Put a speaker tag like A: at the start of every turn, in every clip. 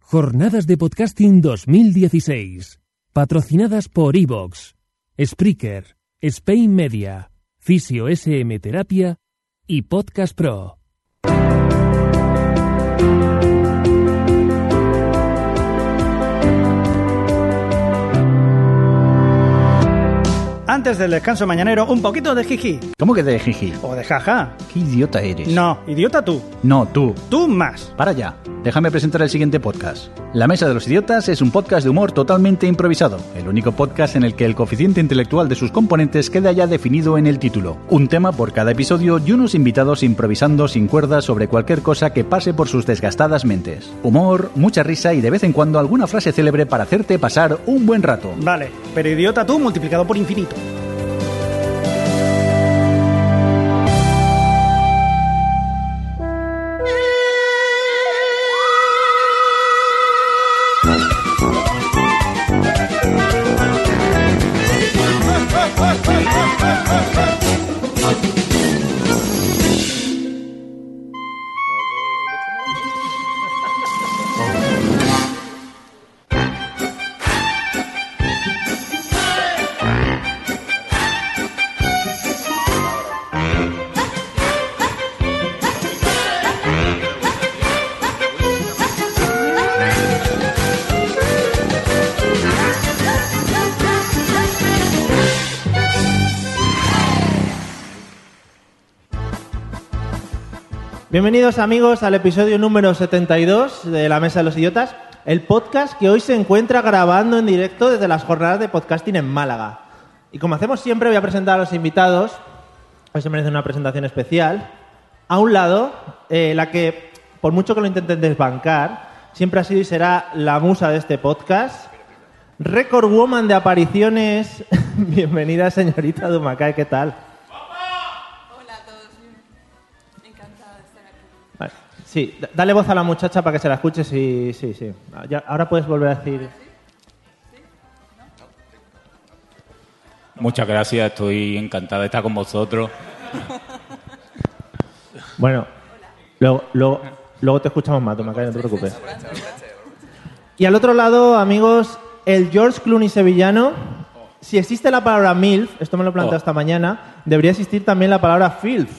A: Jornadas de Podcasting 2016. Patrocinadas por Evox, Spreaker, Spain Media, Fisio SM Terapia y Podcast Pro.
B: Antes del descanso mañanero, un poquito de jiji.
C: ¿Cómo que de jiji?
B: O de jaja.
C: ¿Qué idiota eres?
B: No, idiota tú.
C: No, tú.
B: Tú más.
C: Para ya. Déjame presentar el siguiente podcast. La Mesa de los Idiotas es un podcast de humor totalmente improvisado. El único podcast en el que el coeficiente intelectual de sus componentes queda ya definido en el título. Un tema por cada episodio y unos invitados improvisando sin cuerdas sobre cualquier cosa que pase por sus desgastadas mentes. Humor, mucha risa y de vez en cuando alguna frase célebre para hacerte pasar un buen rato.
B: Vale, pero idiota tú multiplicado por infinito.
D: Bienvenidos amigos al episodio número 72 de La Mesa de los Idiotas, el podcast que hoy se encuentra grabando en directo desde las jornadas de podcasting en Málaga. Y como hacemos siempre voy a presentar a los invitados, hoy se merece una presentación especial. A un lado, eh, la que por mucho que lo intenten desbancar, siempre ha sido y será la musa de este podcast, Record Woman de apariciones. Bienvenida señorita Dumacay, ¿qué tal?
E: Hola a todos, encantada de estar aquí.
D: Vale. Sí, da- dale voz a la muchacha para que se la escuche. Sí, sí, sí. Ya- ahora puedes volver a decir.
F: Muchas gracias, estoy encantada de estar con vosotros.
D: Bueno, luego, luego, luego te escuchamos más, Tomacay, no te preocupes. Y al otro lado, amigos, el George Clooney sevillano. Si existe la palabra MILF, esto me lo he planteado
F: Oh.
D: esta mañana, debería existir también la palabra FILF.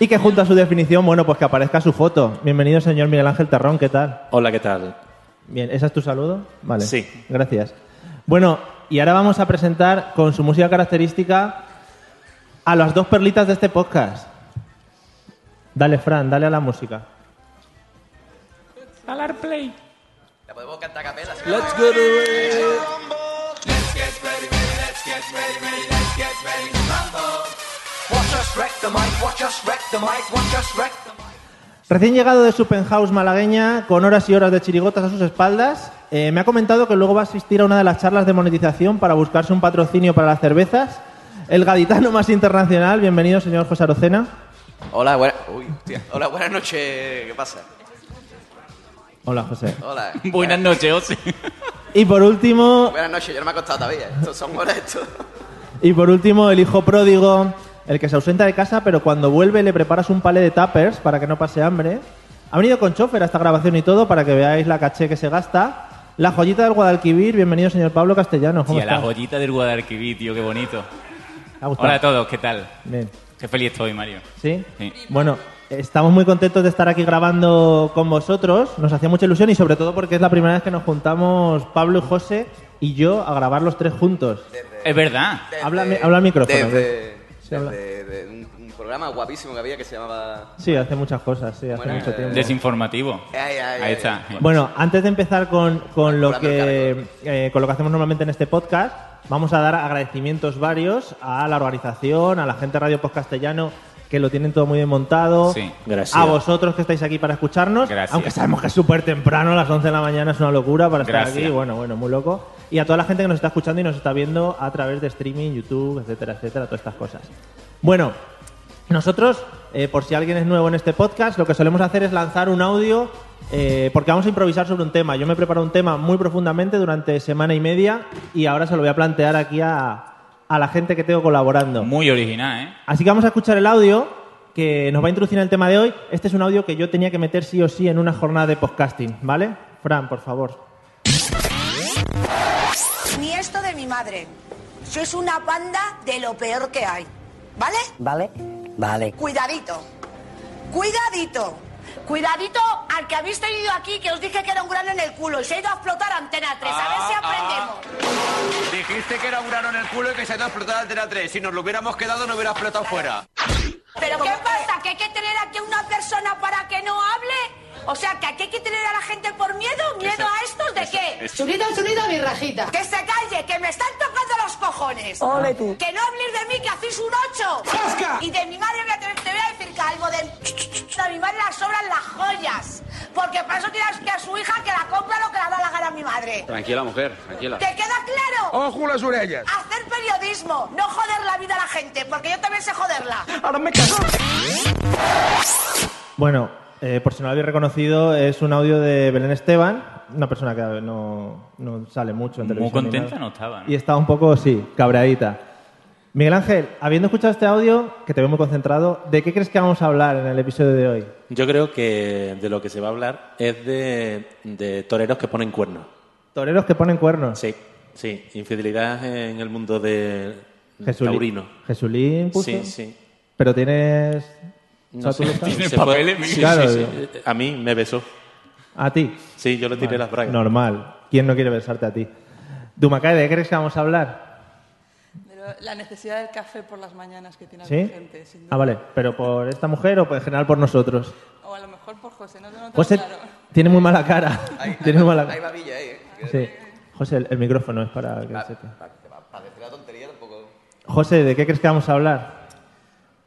D: Y que junto a su definición, bueno, pues que aparezca su foto. Bienvenido, señor Miguel Ángel Terrón, ¿qué tal?
G: Hola, ¿qué tal?
D: Bien, ¿ese es tu saludo? Vale.
G: Sí.
D: Gracias. Bueno, y ahora vamos a presentar con su música característica a las dos perlitas de este podcast. Dale, Fran, dale a la música.
G: Let's go
D: Recién llegado de su penthouse malagueña, con horas y horas de chirigotas a sus espaldas, eh, me ha comentado que luego va a asistir a una de las charlas de monetización para buscarse un patrocinio para las cervezas. El gaditano más internacional, bienvenido, señor José Arocena.
G: Hola, buena... Uy, hostia. Hola, buenas noches. ¿Qué pasa?
D: Hola, José.
G: Hola.
F: Buenas noches, Osi.
D: Y por último,
G: Buenas noches, yo no me he acostado todavía. Estos son horas estos.
D: Y por último, el hijo pródigo, el que se ausenta de casa, pero cuando vuelve le preparas un palé de tuppers para que no pase hambre. Ha venido con chofer a esta grabación y todo para que veáis la caché que se gasta. La joyita del Guadalquivir, bienvenido señor Pablo Castellano. ¿Cómo
F: Tía, la
D: estás?
F: joyita del Guadalquivir, tío, qué bonito.
D: ¿Te ha gustado?
F: Hola a todos, ¿qué tal?
D: Bien.
F: Qué feliz estoy, Mario.
D: ¿Sí?
F: Sí.
D: Bueno, estamos muy contentos de estar aquí grabando con vosotros. Nos hacía mucha ilusión y sobre todo porque es la primera vez que nos juntamos Pablo y José y yo a grabar los tres juntos.
F: Es verdad.
D: Habla mi- habla al micrófono.
G: Desde,
D: Sí, habla.
G: desde- de un, un programa guapísimo que había que se llamaba...
D: Sí, hace muchas cosas, sí, hace
G: Bueno,
D: mucho
G: eh,
D: tiempo.
F: Desinformativo.
G: Ay, ay, ay,
F: Ahí está.
D: Bueno, antes de empezar con, con lo
G: Volando el
D: que, eh, con lo que hacemos normalmente en este podcast, vamos a dar agradecimientos varios a la organización, a la gente de Radio Post Castellano, que lo tienen todo muy bien montado.
F: Sí,
G: gracias.
D: A vosotros que estáis aquí para escucharnos.
F: Gracias.
D: Aunque sabemos que es súper temprano, a las 11 de la mañana es una locura para estar
F: Gracias.
D: aquí. Bueno, bueno, muy loco. Y a toda la gente que nos está escuchando y nos está viendo a través de streaming, YouTube, etcétera, etcétera, todas estas cosas. Bueno, nosotros, eh, por si alguien es nuevo en este podcast, lo que solemos hacer es lanzar un audio eh, porque vamos a improvisar sobre un tema. Yo me preparo un tema muy profundamente durante semana y media y ahora se lo voy a plantear aquí a, a la gente que tengo colaborando.
F: Muy original, ¿eh?
D: Así que vamos a escuchar el audio que nos va a introducir en el tema de hoy. Este es un audio que yo tenía que meter sí o sí en una jornada de podcasting, ¿vale? Fran, por favor.
H: Ni esto de mi madre. Sois una banda de lo peor que hay. ¿Vale?
I: ¿Vale? Vale.
H: Cuidadito. Cuidadito. Cuidadito al que habéis tenido aquí que os dije que era un grano en el culo y se ha ido a explotar Antena 3. A ver si
G: Ah, ah.
H: aprendemos.
G: Dijiste que era un grano en el culo y que se te ha explotado Antena 3. Si nos lo hubiéramos quedado, no hubiera explotado fuera.
H: ¿Pero qué pasa? ¿Que hay que tener aquí una persona para que no hable? O sea, ¿que aquí hay que tener a la gente por miedo? ¿Miedo a estos de qué?
J: Chulito, chulito, mi rajita.
H: ¡Que se calle! ¡Que me están tocando los cojones!
I: Ole tú.
H: ¡Que no habléis de mí, que hacéis un 8! Y de mi madre voy a tener- te voy a decir que algo de... A mi madre le sobran las joyas. Porque para eso tienes que a su hija que la compra lo que le da la gana a mi madre.
G: Tranquila, mujer, tranquila.
H: ¿Te queda claro?
B: Oh.
K: ¡Ojo las orellas!
H: Hacer periodismo, no joder la vida a la gente, porque yo también sé joderla.
K: ¡Ahora me cago!
D: Bueno, eh, por si no lo habéis reconocido, es un audio de Belén Esteban, una persona que no, no sale mucho en
F: Muy
D: televisión. ni
F: contenta
D: nada.
F: no estaba, ¿no?
D: Y está un poco, sí, cabreadita. Miguel Ángel, habiendo escuchado este audio, que te veo muy concentrado, ¿de qué crees que vamos a hablar en el episodio de hoy?
K: Yo creo que de lo que se va a hablar es de, de toreros que ponen cuernos.
D: Toreros que ponen cuernos.
K: Sí, sí. Infidelidad en el mundo de
D: Jesulín.
K: taurino.
D: Jesulín puso.
K: Sí, sí.
D: Pero tienes.
K: No
D: ¿Tú lo
K: sé,
D: sabes?
F: Tiene
K: se fue-
F: papeles,
K: sí,
F: mira.
K: sí,
D: Claro,
K: sí.
D: digo.
K: Eh, A mí me besó.
D: A ti.
K: Sí, yo le tiré las bragas.
D: Normal. ¿Quién no quiere besarte a ti? Dumacae, ¿de qué crees que vamos a hablar?
E: De lo- la necesidad del café por las mañanas que tiene
D: ¿Sí?
E: la gente, sin duda.
D: Ah, vale. ¿Pero por esta mujer o por- en general por nosotros?
E: O a lo mejor por José, no, no tengo
D: José
E: claro.
D: tiene muy mala cara. tiene muy mala
G: Ahí va Villa, ahí, eh.
D: Sí. José, el, el micrófono es para que
G: Ah.
D: sepa.
G: Para decir la tontería tampoco.
D: José, ¿de qué crees que vamos a hablar?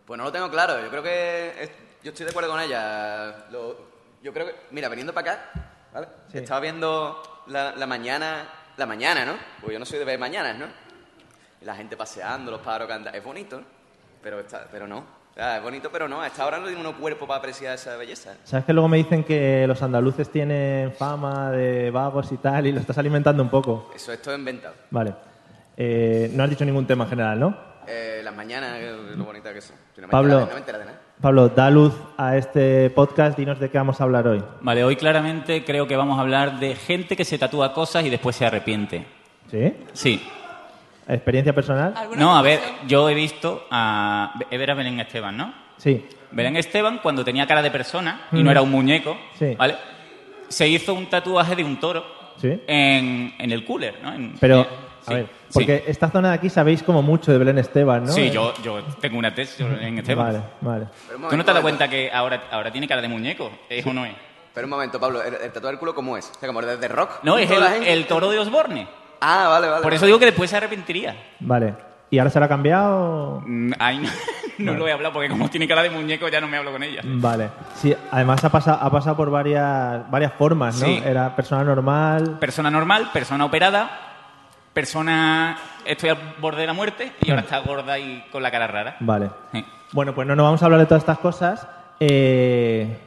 G: Pues no lo tengo claro. Yo creo que. es- yo estoy de acuerdo con ella. Lo- yo creo que. Mira, viniendo para acá, ¿vale?
D: Sí.
G: Estaba viendo la, la mañana. La mañana, ¿no? Pues yo no soy de ver mañanas, ¿no? Y La gente paseando, los pájaros cantando. Es bonito, ¿no? Pero, está, pero no. Ah, es bonito, pero no. A esta hora no tiene uno cuerpo para apreciar esa belleza.
D: ¿Sabes que luego me dicen que los andaluces tienen fama de vagos y tal y lo estás alimentando un poco?
G: Eso es todo inventado.
D: Vale. Eh, no has dicho ningún tema en general, ¿no?
G: Eh, las mañanas, eh, lo bonita que son. Si no me
D: Pablo.
G: entera de- no me entera de nada.
D: Pablo, da luz a este podcast, dinos de qué vamos a hablar hoy.
F: Vale, hoy claramente creo que vamos a hablar de gente que se tatúa cosas y después se arrepiente.
D: ¿Sí?
F: Sí.
D: ¿Experiencia personal?
E: ¿Alguna
F: No, a ver,
E: conclusión?
F: yo he visto a... Era Belén Esteban, ¿no?
D: Sí.
F: Belén Esteban, cuando tenía cara de persona y
D: Mm.
F: no era un muñeco,
D: Sí.
F: ¿vale? Se hizo un tatuaje de un toro
D: Sí.
F: en, en el cooler, ¿no? En-
D: Pero,
F: eh,
D: a
F: sí,
D: ver,
F: sí.
D: porque esta zona de aquí sabéis como mucho de Belén Esteban, ¿no?
F: Sí, yo, yo tengo una tesis sobre Belén Esteban.
D: Vale, vale.
G: Pero un
F: ¿Tú no te
G: momento,
F: has dado
G: un momento.
F: cuenta que ahora, ahora tiene cara de muñeco? ¿Es o no es?
G: Pero un momento, Pablo, ¿el, el tatuaje del culo cómo es? O sea, como desde rock.
F: No, es
G: ¿Toda
F: el,
G: la gente?
F: el toro de Osborne.
G: Ah, vale, vale.
F: Por eso digo que después se arrepentiría.
D: Vale. ¿Y ahora se lo ha cambiado?
F: Mm, Ay, no, no lo he hablado porque como tiene cara de muñeco ya no me hablo con ella.
D: Vale. Sí, además ha pasado, ha pasado por varias, varias formas, ¿no?
F: Sí.
D: Era persona normal.
F: Persona normal, persona operada, persona... Estoy al borde de la muerte y ahora está gorda y con la cara rara.
D: Vale.
F: Sí.
D: Bueno, pues no nos vamos a hablar de todas estas cosas. Eh,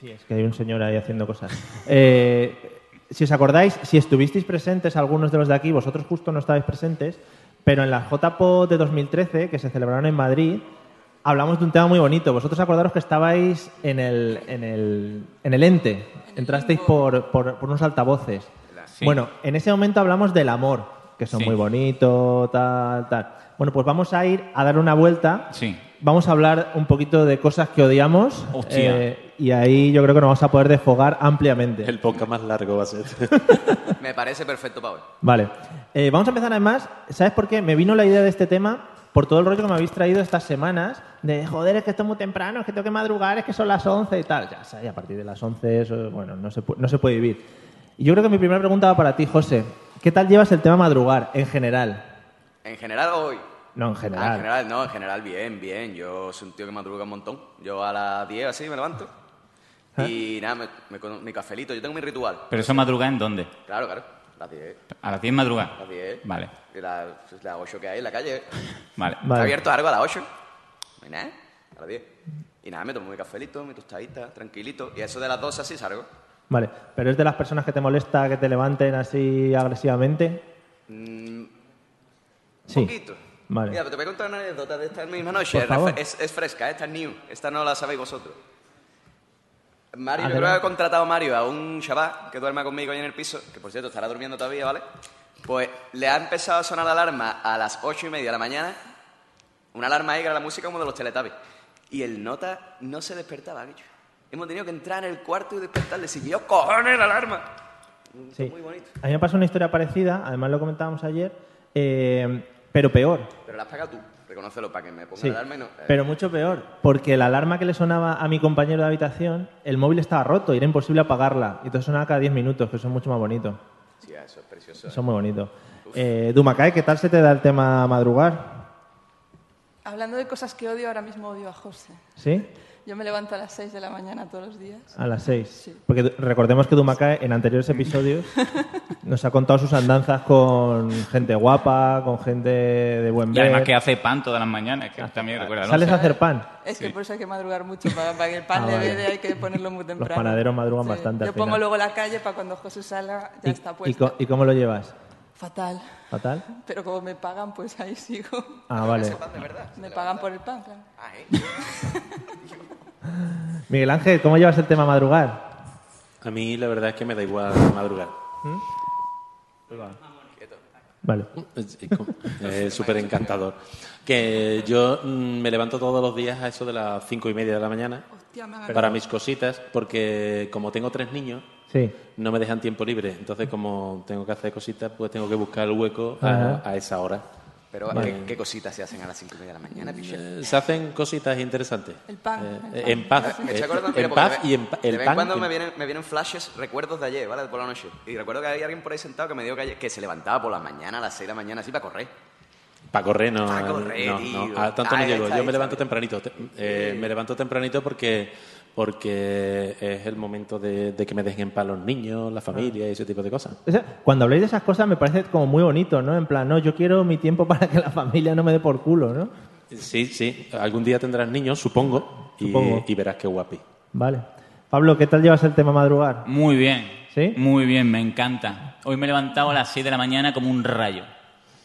D: Sí, es que hay un señor ahí haciendo cosas. Eh, si os acordáis, si estuvisteis presentes, algunos de los de aquí, vosotros justo no estabais presentes, pero en la JPO de 2013, que se celebraron en Madrid, hablamos de un tema muy bonito. Vosotros acordaros que estabais en el, en el, en el ente, entrasteis por, por- por unos altavoces.
F: Sí.
D: Bueno, en ese momento hablamos del amor, que son
F: Sí.
D: muy bonitos, tal, tal. Bueno, pues vamos a ir a dar una vuelta
F: Sí.
D: Vamos a hablar un poquito de cosas que odiamos.
F: Hostia.
D: eh, y ahí yo creo que nos vamos a poder desfogar ampliamente.
K: El podcast más largo va a ser.
G: Me parece perfecto, Pablo.
D: Vale. Eh, vamos a empezar además. ¿Sabes por qué? Me vino la idea de este tema por todo el rollo que me habéis traído estas semanas de joder, es que esto es muy temprano, es que tengo que madrugar, es que son las 11 y tal. Ya sabes, a partir de las 11 eso, bueno, no se, pu- no se puede vivir. Y yo creo que mi primera pregunta va para ti, José. ¿Qué tal llevas el tema madrugar en general?
G: ¿En general o hoy?
D: No, en
G: Ah,
D: general.
G: en general, no, en general bien, bien. Yo soy un tío que madruga un montón. Yo a las 10 así me levanto. Y nada, me, me con- mi cafelito, yo tengo mi ritual.
F: ¿Pero eso madruga en dónde?
G: Claro, claro, las 10.
F: ¿A las 10 madruga?
G: Las 10.
F: Vale,
G: Y la- Las 8 que hay en la calle.
F: vale.
D: Vale.
G: Está abierto algo a las 8. No hay nada, a las 10. Y nada, me tomo mi cafelito, mi tostadita, tranquilito. Y a eso de las 12 así salgo.
D: Vale, pero es de las personas que te molesta que te levanten así agresivamente.
G: Mm,
D: Sí.
G: Poquito.
D: Vale.
G: Mira, pero te voy a contar una anécdota de esta misma noche.
D: Por favor.
G: Es, es fresca, esta es new. Esta no la sabéis vosotros. Mario, yo
D: Adelante.
G: creo que he contratado a Mario a un chaval que duerma conmigo ahí en el piso, que por cierto estará durmiendo todavía, ¿vale? Pues le ha empezado a sonar la alarma a las ocho y media de la mañana. Una alarma ahí que era la música como de los teletubbies. Y el nota no se despertaba, bicho. Hemos tenido que entrar en el cuarto y despertarle. Siguió cojones la alarma.
D: Sí.
G: Muy bonito.
D: A mí me pasó una historia parecida, además lo comentábamos ayer, eh, pero peor.
G: Pero la has pagado tú. Reconócelo para que me ponga
D: Sí,
G: la alarma y no. eh,
D: pero mucho peor, porque la alarma que le sonaba a mi compañero de habitación, el móvil estaba roto y era imposible apagarla. Y entonces sonaba cada 10 minutos, que eso es mucho más bonito.
G: sí, eso es precioso.
D: Eso es muy bonito. Eh, Dumacae, ¿qué tal se te da el tema madrugar?
E: Hablando de cosas que odio, ahora mismo odio a José.
D: ¿Sí?
E: Yo me levanto a las 6 de la mañana todos los días.
D: A las 6.
E: Sí.
D: Porque du- recordemos que Dumacae en anteriores episodios nos ha contado sus andanzas con gente guapa, con gente de buen
F: Y
D: ver.
F: además que hace pan todas las mañanas, que también recuerda. ¿no?
D: ¿Sales a hacer pan?
E: Es que por eso hay que madrugar mucho, para, para que el pan
D: Ah,
E: le
D: vale.
E: dé hay que ponerlo muy temprano.
D: panaderos madrugan bastante
E: Yo
D: al final.
E: pongo luego la calle para cuando José salga ya
D: ¿Y-
E: está
D: y,
E: puesto.
D: co- ¿Y cómo lo llevas?
E: Fatal.
D: ¿Fatal?
E: Pero como me pagan, pues ahí sigo.
D: Ah, vale.
G: De verdad.
E: Me pagan por el pan, claro.
G: Ah, ¿eh?
D: Miguel Ángel, ¿cómo llevas el tema madrugar?
K: A mí la verdad es que me da igual madrugar.
D: Vale.
K: Es es súper encantador. Que yo mm, me levanto todos los días a eso de las cinco y media de la mañana
E: Hostia, me
K: para mis cositas, porque como tengo tres niños,
D: Sí.
K: no me dejan tiempo libre. Entonces, como tengo que hacer cositas, pues tengo que buscar el hueco a,
D: Ajá.
K: a esa hora.
G: Pero, ¿qué, qué cositas se hacen a las 5 de la mañana, piche?
K: Eh, Se hacen cositas interesantes.
E: El pan,
K: Eh,
E: el
K: En paz.
G: Ah, Me
K: eh,
G: estoy acordando, mira,
K: En
G: porque
K: paz
G: de-
K: y en pa-
G: de
K: el
G: vez en
K: pan.
G: cuando me
K: en-
G: vienen, me vienen flashes, recuerdos de ayer, ¿vale? Por la noche. Y recuerdo que había alguien por ahí sentado que me dijo que, ayer- que se levantaba por la mañana, a las 6 de la mañana, así para correr.
K: Pa' correr, no.
G: Pa' correr,
K: no, no.
G: tío.
K: A tanto no
G: Ahí
K: llego.
G: está, ahí
K: Yo me
G: está.
K: levanto tempranito. Te- eh, me levanto tempranito porque porque es el momento de, de que me dejen en paz los niños, la familia y ese tipo de cosas.
D: O sea, cuando habláis de esas cosas me parece como muy bonito, ¿no? En plan, no, yo quiero mi tiempo para que la familia no me dé por culo, ¿no?
K: Sí, sí. Algún día tendrás niños, supongo, y,
D: Supongo.
K: y verás qué guapi.
D: Vale. Pablo, ¿qué tal llevas el tema madrugar?
F: Muy bien.
D: ¿Sí?
F: Muy bien, me encanta. Hoy me he levantado a las 6 de la mañana como un rayo.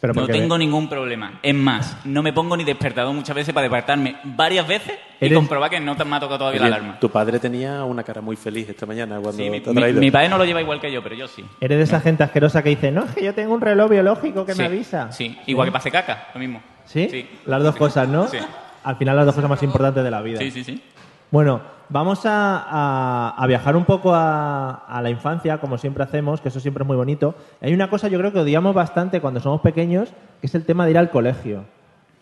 D: Pero
F: no
D: porque-
F: tengo ningún problema. Es más, no me pongo ni despertador muchas veces para despertarme varias veces y
D: Eres-
F: comprobar que no te me ha tocado todavía la
K: Oye,
F: alarma.
K: Tu padre tenía una cara muy feliz esta mañana cuando
F: Sí, mi,
K: te ha
F: mi-
K: traído.
F: mi padre no lo lleva igual que yo, pero yo sí.
D: Eres de esa gente asquerosa que dice, no, es que yo tengo un reloj biológico que
F: Sí,
D: me avisa.
F: Sí, igual que pase caca, lo mismo.
D: ¿Sí?
F: Sí,
D: Las dos cosas, ¿no?
F: Sí.
D: Al final las dos cosas más importantes de la vida.
F: sí, sí. sí.
D: Bueno, vamos a, a- a viajar un poco a, a la infancia, como siempre hacemos, que eso siempre es muy bonito. Hay una cosa yo creo que odiamos bastante cuando somos pequeños, que es el tema de ir al colegio.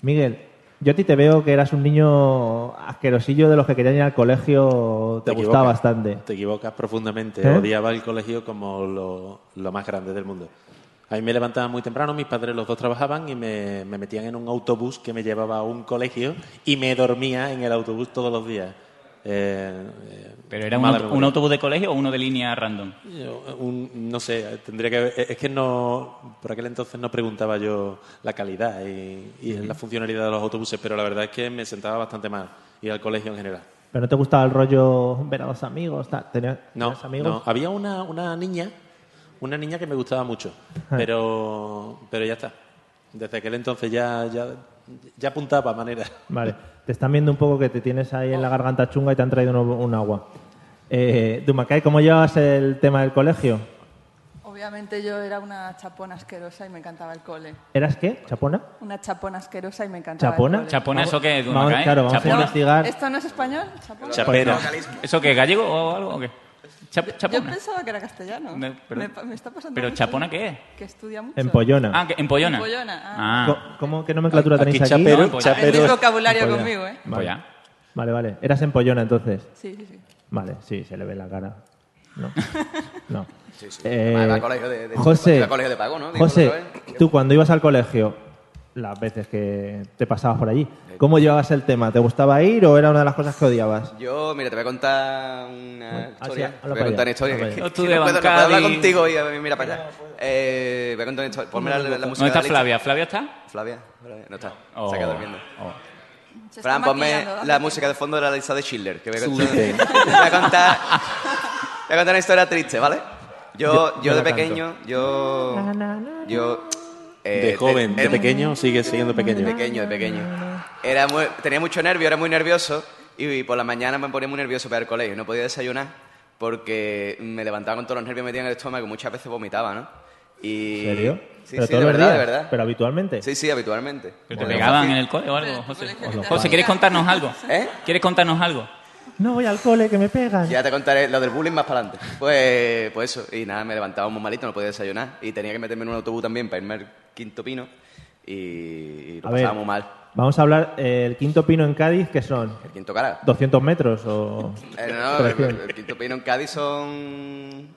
D: Miguel, yo a ti te veo que eras un niño asquerosillo de los que querían ir al colegio, te, gustaba
K: equivocas.
D: bastante.
K: Te equivocas profundamente.
D: ¿Eh?
K: Odiaba el colegio como lo, lo más grande del mundo. A mí me levantaba muy temprano, mis padres los dos trabajaban y me, me metían en un autobús que me llevaba a un colegio y me dormía en el autobús todos los días. Eh, eh,
F: Pero era un,
K: mala
F: auto- un
K: memoria.
F: autobús de colegio o uno de línea random.
K: Yo, un- no sé, tendría que. Es que no. Por aquel entonces no preguntaba yo la calidad y, y la funcionalidad de los autobuses, pero la verdad es que me sentaba bastante mal ir al colegio en general.
D: Pero no te gustaba el rollo ver a los amigos, tal. ¿Tenías,
K: No,
D: tenías amigos?
K: no. Había una, una niña, una niña que me gustaba mucho,
D: Ah.
K: pero, pero ya está. Desde aquel entonces ya, ya, ya apuntaba manera.
D: Vale, te están viendo un poco que te tienes ahí en la garganta chunga y te han traído un, un agua. Eh, Dumacay, ¿cómo llevas el tema del colegio?
E: Obviamente yo era una chapona asquerosa y me encantaba el cole.
D: ¿Eras qué? ¿Chapona?
E: Una chapona asquerosa y me encantaba
D: ¿Chapona?
E: el cole.
F: ¿Chapona eso qué es?
D: Vamos-
F: Dumacae?
D: claro, vamos a
F: ¿Chapona?
D: investigar. Castigar.
E: ¿Esto no es español? ¿Chapona?
F: Pues
K: Chapera.
F: ¿Eso qué es gallego o algo? o qué? Chap-
E: Yo
F: ¿Chapona?
E: pensaba que era castellano.
F: Me- pero-
E: me, pa- me está pasando
F: ¿Pero
E: mucho.
F: chapona qué es?
E: Que estudia mucho.
D: Empollona.
F: Ah, que- ¿empollona?
E: Empollona, ah.
F: Ah,
D: Co- ¿Cómo? ¿Qué nomenclatura
K: Aquí
D: tenéis aquí?
K: chapero,
F: No, pues ya.
E: Aprendí
K: chapero.
E: vocabulario
D: Empollona.
E: conmigo, ¿eh?
F: pues ya.
D: Vale, vale. Eras empollona entonces.
E: Sí, sí, sí.
D: Vale, sí, se le ve la cara. No. No.
G: Sí, sí.
D: Eh,
G: Además, va a colegio de- de-
D: José,
G: va a colegio de pago, ¿no? Digo,
D: José,
G: otra vez.
D: tú cuando ibas al colegio, las veces que te pasabas por allí, ¿cómo llevabas el tema? ¿Te gustaba ir o era una de las cosas que odiabas?
G: Yo, mira, te voy a contar una
D: Ah,
G: historia.
D: sí, habla
G: te voy
D: para allá,
G: a contar una historia.
D: habla
F: para allá.
G: que- que no, puedo, no puedo
F: Tú de
G: hablar
F: bancada y-
G: contigo y mira para allá. Eh, voy a contar una historia. Ponme la, la música.
F: ¿Dónde está
G: de la
F: Flavia? ¿Flavia está?
G: lista. Flavia. Flavia, No está.
F: Oh,
G: Se ha quedado durmiendo.
F: oh.
E: Se está
G: Fran, ponme
E: maquillando,
G: la
E: dame
G: música de fondo de la lista de Schiller. Que voy a contar,
K: Sube.
G: voy a contar, voy a contar una historia triste, ¿vale? Yo,
D: Yo-
G: yo
D: yo
G: de
D: la canto.
G: pequeño, yo, yo Eh,
K: de joven, de,
G: era muy-
K: pequeño, sigue siendo
G: De
K: pequeño.
G: pequeño, de pequeño. Era muy- tenía mucho nervio, era muy nervioso y por la mañana me ponía muy nervioso para el colegio. No podía desayunar porque me levantaba con todos los nervios metidos en el estómago y muchas veces vomitaba, ¿no? Y...
D: ¿En serio?
G: Sí,
D: ¿Pero
G: sí,
D: todos
G: de
D: los
G: verdad, de
D: días?
G: verdad.
D: ¿Pero habitualmente?
G: Sí, sí, habitualmente.
F: Pero te
G: Bueno,
F: pegaban
G: fácil.
F: en el cole o algo, José.
E: Colegio
D: que
F: José,
E: tal.
F: ¿quieres contarnos algo?
G: ¿Eh?
F: ¿Quieres contarnos algo?
D: No voy al cole, que me pegan.
G: Ya te contaré lo del bullying más para adelante. Pues, pues eso, y nada, me levantaba muy malito, no podía desayunar y tenía que meterme en un autobús también para irme al quinto pino y, y lo
D: A
G: pasaba
D: ver.
G: muy mal.
D: Vamos a hablar eh, el quinto pino en Cádiz, que son
G: El quinto cara.
D: 200 metros o...
G: Eh, no, el,
D: 300.
G: el quinto pino en Cádiz son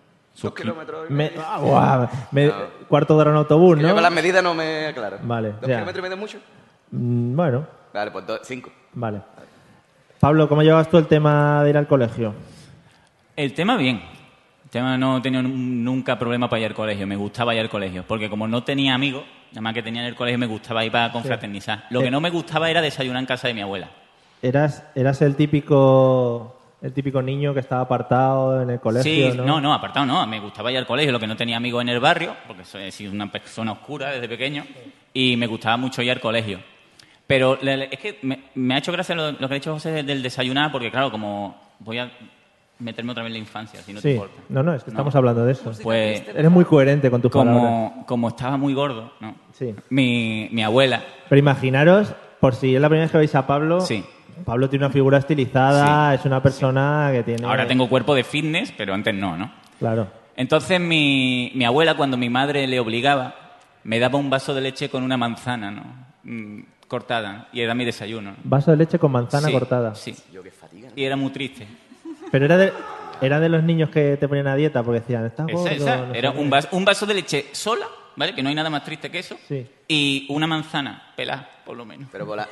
G: dos kilómetros. y
D: Me-
G: medio.
D: ah, guau, me-
G: No.
D: Cuarto de hora en autobús,
G: Que Yo
D: ¿no?
G: con las medidas no me aclaro.
D: Vale,
G: ¿Dos
D: ya.
G: kilómetros y medio es mucho?
D: Mm, Bueno,
G: Vale, pues dos- cinco.
D: vale. Pablo, ¿cómo llevas tú el tema de ir al colegio?
F: El tema bien. El tema no he tenido nun- nunca problema para ir al colegio. Me gustaba ir al colegio. Porque como no tenía amigos, nada más que tenía en el colegio, me gustaba ir para confraternizar. Lo
D: Eh.
F: que no me gustaba era desayunar en casa de mi abuela.
D: ¿Eras, eras el típico el típico niño que estaba apartado en el colegio?
F: sí,
D: ¿no?
F: no, apartado no. Me gustaba ir al colegio, lo que no tenía amigos en el barrio, porque soy he sido una persona oscura desde pequeño, y me gustaba mucho ir al colegio. Pero le- le- es que me, me ha hecho gracia lo, lo que ha dicho José del, del desayunar, porque claro, como voy a meterme otra vez en la infancia, si no te
D: Sí.
F: importa.
D: No, no, es que estamos hablando de eso.
F: Pues
D: Eres muy coherente con tus palabras.
F: como, como estaba muy gordo, ¿no?
D: Sí.
F: Mi, mi abuela,
D: Pero imaginaros, por si es la primera vez que veis a Pablo,
F: Sí.
D: Pablo tiene una figura estilizada, es una persona que tiene...
F: ahora tengo cuerpo de fitness, pero antes no, ¿no?
D: Claro.
F: Entonces mi, mi abuela, cuando mi madre le obligaba, me daba un vaso de leche con una manzana, ¿no? Mm, cortada, y era mi desayuno. ¿no?
D: Vaso de leche con manzana
F: Sí,
D: cortada.
F: Sí,
G: Yo qué fatiga. ¿no?
F: y era muy triste.
D: Pero era de, era de los niños que te ponían a dieta porque decían, estás Ah, gordo.
F: Esa, esa,
D: no sé
F: era
D: qué".
F: un vaso, un vaso de leche sola, ¿vale? Que no hay nada más triste que eso.
D: Sí.
F: Y una manzana, pelada, por lo menos.
G: Pero, por la,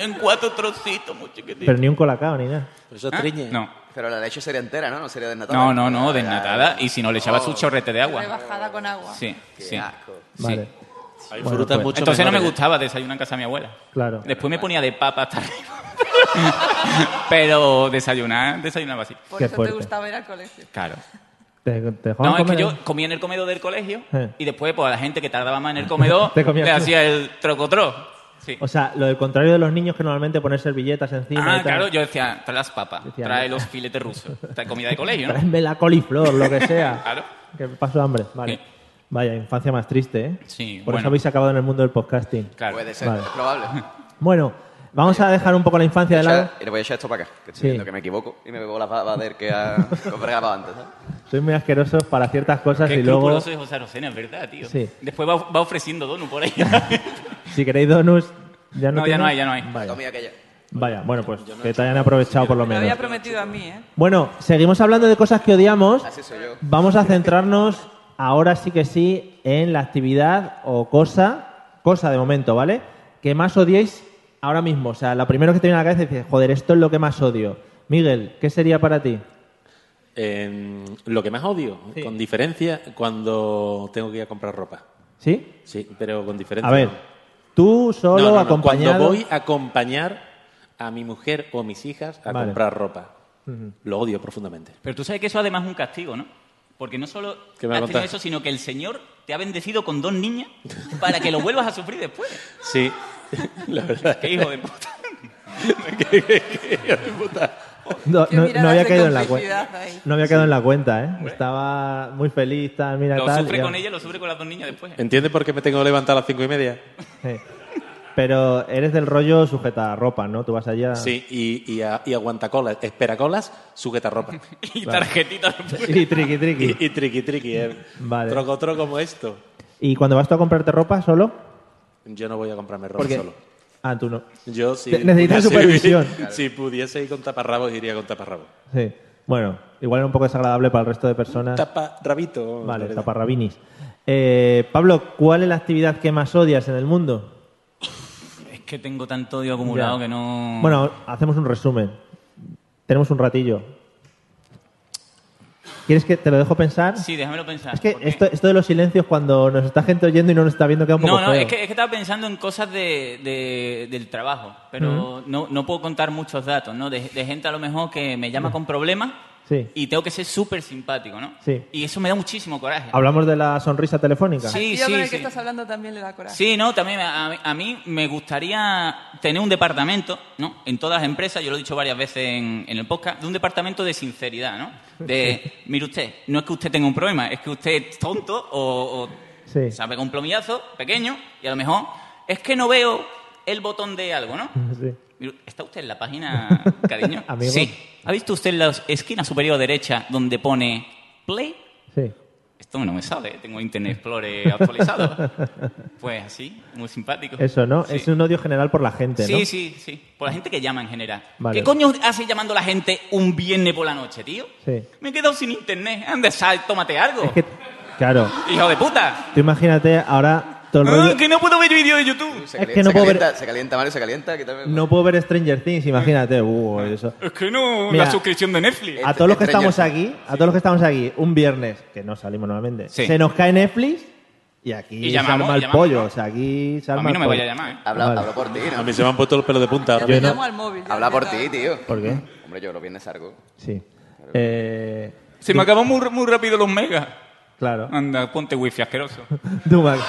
F: en cuatro trocitos, muy chiquititos.
D: Pero ni un colacao ni nada.
K: Pero eso
F: ¿Ah?
K: triñe.
F: No.
G: pero la leche sería entera, ¿no? No sería desnatada.
F: No, no, no, desnatada. Y si no, le echaba
G: Oh.
F: su chorrete de agua.
E: Rebajada con agua.
F: Sí,
G: Qué
F: sí.
G: asco.
F: Sí.
D: Vale,
K: Hay
D: Bueno,
K: frutas
D: pues.
K: mucho
F: Entonces no me
K: mejores.
F: gustaba desayunar en casa de mi abuela.
D: claro.
F: Después me ponía de papa hasta arriba. Pero desayunar, desayunaba así.
E: Por
D: Qué
E: eso
D: fuerte.
E: te gustaba ir al colegio.
F: Claro.
D: Te, te dejaban
F: No, es que
D: comer,
F: yo comía en el comedor del colegio
D: Eh.
F: y después, pues, a la gente que tardaba más en el comedor,
D: Te comías
F: le
D: tú.
F: hacía el trocotró. Sí.
D: O sea, lo del contrario de los niños que normalmente poner servilletas encima y
F: Ah,
D: tal.
F: claro, yo decía, trae las papas,
D: Decía,
F: trae
D: no.
F: los filetes rusos, trae comida de colegio, ¿no?
D: Tráeme la coliflor, lo que sea.
F: Claro.
D: Que paso hambre. Vale.
F: Sí.
D: Vaya, infancia más triste, ¿eh?
F: Sí,
D: Por eso
F: bueno.
D: habéis acabado en el mundo del podcasting.
F: Claro.
G: Puede ser,
D: Vale.
G: es probable.
D: Bueno, vamos a dejar un poco la infancia de lado.
G: Echa- Y le voy a echar esto para acá, que estoy
D: Sí.
G: viendo que me equivoco y me bebo las babas del que ha comprado antes. ¿eh? ¿sabes?
D: Sois muy asquerosos para ciertas cosas
F: Qué
D: y luego,
F: escrupuloso es José Arocena, es verdad, tío.
D: Sí.
F: Después va, va ofreciendo donut por ahí.
D: si queréis donuts, ya no
F: No, ya no
D: tenéis.
F: hay, ya no hay.
G: La
D: Vaya,
G: comida aquella.
D: vaya, bueno, pues que te hayan aprovechado por lo
E: Me lo
D: menos.
E: había prometido a mí, ¿eh?
D: Bueno, seguimos hablando de cosas que odiamos.
G: Así soy yo.
D: Vamos a centrarnos ahora sí que sí en la actividad o cosa, cosa de momento, ¿vale? Que más odiéis ahora mismo. O sea, lo primero que te viene a la cabeza es decir, joder, esto es lo que más odio. Miguel, ¿qué sería para ti?
K: Eh, lo que más odio,
D: Sí.
K: con diferencia, cuando tengo que ir a comprar ropa.
D: ¿Sí?
K: Sí, pero con diferencia.
D: A ver, tú solo
K: No, no, no.
D: acompañado.
K: Cuando voy a acompañar a mi mujer o a mis hijas a
D: Vale.
K: comprar ropa. Lo odio profundamente.
F: Pero tú sabes que eso además es un castigo, ¿no? Porque no solo has
K: ¿Qué me va a
F: tenido
K: contar?
F: eso, sino que el Señor te ha bendecido con dos niñas para que lo vuelvas a sufrir después.
K: Sí, la verdad.
F: ¡Qué hijo de puta!
D: No,
E: Qué
D: no-
E: miradas
D: no había
E: de
D: caído en la
E: complicidad
D: cuenta.
E: ahí.
D: No había caído en la cuenta, ¿eh? Estaba muy feliz, tal, mira,
F: Lo
D: tal.
F: sufre
D: y-
F: con ella, lo sufre con las dos niñas después.
K: ¿Entiendes por qué me tengo que levantar a las cinco y media?
D: Sí. Pero eres del rollo sujeta ropa, ¿no? Tú vas allá.
K: Sí, y, y, a- y aguanta colas, espera colas, sujeta ropa.
F: Y tarjetita después.
D: Y triqui, triqui.
K: Y, y triqui triqui, eh.
D: Vale.
K: Troco troco como esto.
D: ¿Y cuando vas tú a comprarte ropa solo?
K: Yo no voy a comprarme ropa
D: Porque...
K: solo.
D: Ah, tú no.
K: Yo si
D: Te- necesitas
K: pudiese-
D: supervisión.
K: Si pudiese ir con taparrabos, iría con taparrabos.
D: Sí. Bueno, igual era un poco desagradable para el resto de personas.
K: Taparrabito.
D: vale,
K: Lorena.
D: taparrabinis. Eh, Pablo, ¿cuál es la actividad que más odias en el mundo?
F: Es que tengo tanto odio acumulado
D: Ya.
F: que no...
D: Bueno, hacemos un resumen. Tenemos un ratillo. ¿Quieres que te lo dejo pensar?
F: Sí, déjamelo pensar.
D: Es que
F: porque-
D: esto, esto de los silencios cuando nos está gente oyendo y no nos está viendo queda un poco
F: No, no,
D: feo.
F: es que, es que estaba pensando en cosas de, de- del trabajo, pero no, no puedo contar muchos datos, ¿no? De, de gente a lo mejor que me llama con problemas
D: Sí.
F: y tengo que ser súper simpático, ¿no?
D: Sí.
F: Y eso me da muchísimo coraje.
D: Hablamos de la sonrisa telefónica.
F: Sí,
E: Tío
F: sí,
E: con el
F: sí.
E: que estás hablando también le da coraje.
F: Sí, no, también a, mí- a mí me gustaría tener un departamento, ¿no? En todas las empresas, yo lo he dicho varias veces en, en el podcast, de un departamento de sinceridad, ¿no? De, mire usted, no es que usted tenga un problema, es que usted es tonto o, o
D: Sí.
F: se ha pegado un plomillazo pequeño y a lo mejor es que no veo el botón de algo, ¿no?
D: Sí.
F: Mire, ¿Está usted en la página, cariño?
D: Amigo.
F: Sí. ¿Ha visto usted en la esquina superior derecha donde pone play?
D: Sí.
F: Esto no me sale, tengo Internet Explorer actualizado. pues así, muy simpático.
D: Eso, ¿no?
F: Sí.
D: Es un odio general por la gente, ¿no?
F: Sí, sí, sí. Por la gente que llama en general.
D: Vale.
F: ¿Qué coño hace llamando a la gente un viernes por la noche, tío?
D: Sí.
F: Me he quedado sin internet. Anda, sal, tómate algo.
D: Es que, claro,
F: Hijo de puta.
D: tú imagínate ahora todo el
F: Ah,
D: rollo-
F: que no puedo ver vídeos de YouTube.
G: Se
D: Es
G: calienta,
D: que no
G: se,
D: puedo
G: calienta
D: ver-
G: se calienta, Mario, se calienta. que también-
D: No puedo ver Stranger Things, imagínate.
F: Ah.
D: Uh, eso.
F: Es que no,
D: Mira. Eh,
F: la suscripción de Netflix.
D: A todos los que
G: Stranger
D: estamos
G: Things.
D: aquí, a todos los que estamos aquí, un viernes, que no salimos normalmente,
F: Sí.
D: se nos cae Netflix y aquí
F: Y llamamos,
D: se arma el
F: llamamos,
D: pollo.
F: ¿no?
D: O sea, aquí se
F: A
D: arma
F: mí no
D: el
F: me
D: pollo.
F: vaya a llamar. ¿eh?
G: Habla,
D: Vale.
G: hablo por ti,
K: A
G: ¿no?
K: mí se me han puesto los pelos de punta ahora.
E: Yo
D: no-
E: llamo al móvil. ya
G: Habla
E: me
G: por
E: da-
G: ti, tío.
D: ¿Por qué?
G: Hombre, yo los viernes salgo.
D: Sí. Eh,
F: Se me acaban muy, muy rápido los megas.
D: claro.
F: Anda, ponte wifi asqueroso.
D: Tú,
G: Pues
D: Max,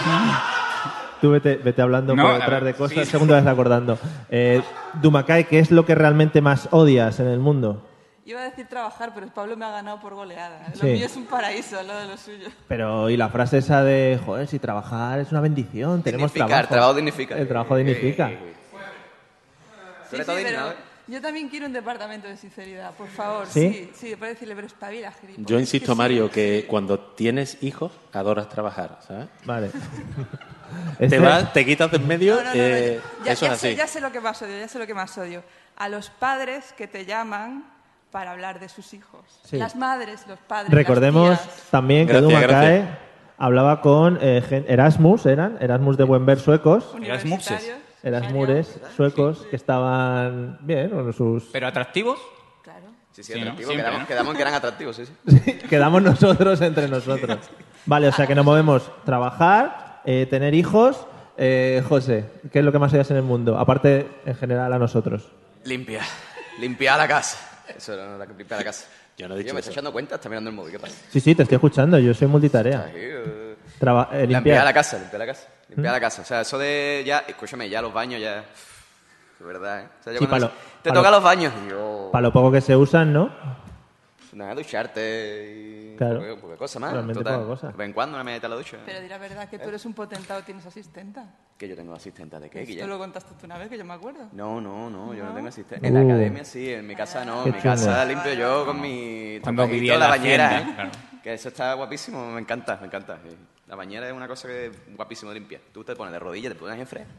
D: tú vete, vete hablando
F: No,
D: por
F: a
D: detrás de
F: ver,
D: cosas,
F: sí.
D: según te vas acordando. Eh, Dumakai, ¿qué es lo que realmente más odias en el mundo?
E: Iba a decir trabajar, pero Pablo me ha ganado por goleada. Lo
D: Sí.
E: mío es un paraíso, lo de lo suyo.
D: Pero, y la frase esa de, joder, si trabajar es una bendición, tenemos
G: Dignificar,
D: trabajo.
G: trabajo dignifica.
D: El trabajo dignifica.
G: Tú
E: Sí,
G: eres
E: sí,
G: todo digno,
E: pero
G: ¿eh?
E: yo también quiero un departamento de sinceridad, por favor.
D: ¿Sí?
E: Sí, sí, para decirle, pero espabila, gilipollas.
K: Yo insisto,
E: Que sí.
K: Mario, que cuando tienes hijos, adoras trabajar, ¿sabes?
D: Vale.
K: Te,
D: Este-
K: vas, te quitas de en medio,
E: No, no, no, no,
K: eh,
E: ya,
K: eso
E: ya
K: es así.
E: Sé, ya sé lo que más odio, ya sé lo que más odio. A los padres que te llaman para hablar de sus hijos.
D: Sí.
E: Las madres, los padres.
D: Recordemos
E: las tías.
D: también que
K: Gracias,
D: Dumacae
K: gracias.
D: hablaba con eh, gen- Erasmus, eran Erasmus de buen ver suecos,
F: Eras
E: universitarios.
D: Erasmures suecos que estaban bien, con sus
F: Pero atractivos.
G: Pues
E: Claro.
G: Sí, sí,
F: Sí, ¿no?
G: atractivo.
F: Siempre,
G: quedamos,
F: ¿no?
G: quedamos en que eran atractivos, sí, sí.
D: quedamos nosotros entre nosotros. Vale, o sea que nos movemos trabajar, eh, tener hijos. Eh, José, ¿qué es lo que más odias en el mundo? Aparte, en general, a nosotros.
G: Limpia. Limpia la casa. Eso era la que limpia la casa.
K: Yo no he dicho
G: Tío, me
K: eso.
G: estás echando cuenta, está mirando el móvil, ¿qué pasa?
D: Sí, sí, te estoy escuchando, yo soy multitarea.
G: Ahí, eh.
D: Traba- eh,
G: Limpiar.
D: limpiar. ¿Mm?
G: la casa, limpiar la casa. Limpiar la casa. O sea, eso de ya, escúchame, ya los baños ya. De verdad, ¿eh? O sea, yo
D: Sí,
G: cuando-
D: pa lo-
G: te
D: pa
G: toca
D: lo-
G: los baños. y yo,
D: Para lo poco que se usan, ¿no?
G: Nada, ducharte y.
D: Claro.
G: Poca, poca cosa más.
D: Realmente
G: total.
D: poca cosa.
G: De vez en cuando una media a la ducha.
E: Pero di la verdad que tú eres un potentado, tienes asistenta.
G: Que yo tengo asistente de qué,
E: Esto
G: Guillermo.
E: lo contaste tú una vez, que yo me acuerdo.
G: No, no, no, yo no,
E: ¿No?
G: tengo asistente. En la
D: Uh.
G: academia sí, en mi casa no.
D: Qué
G: En mi casa
D: chungo.
G: limpio yo con mi.
F: Cuando
G: trapajito,
F: vivía en
G: la
F: la
G: bañera.
F: hacienda,
G: ¿eh? Que eso está guapísimo, me encanta, me encanta. sí. La bañera es una cosa que es guapísimo limpia. Tú te pones de rodillas, te pones en fresco.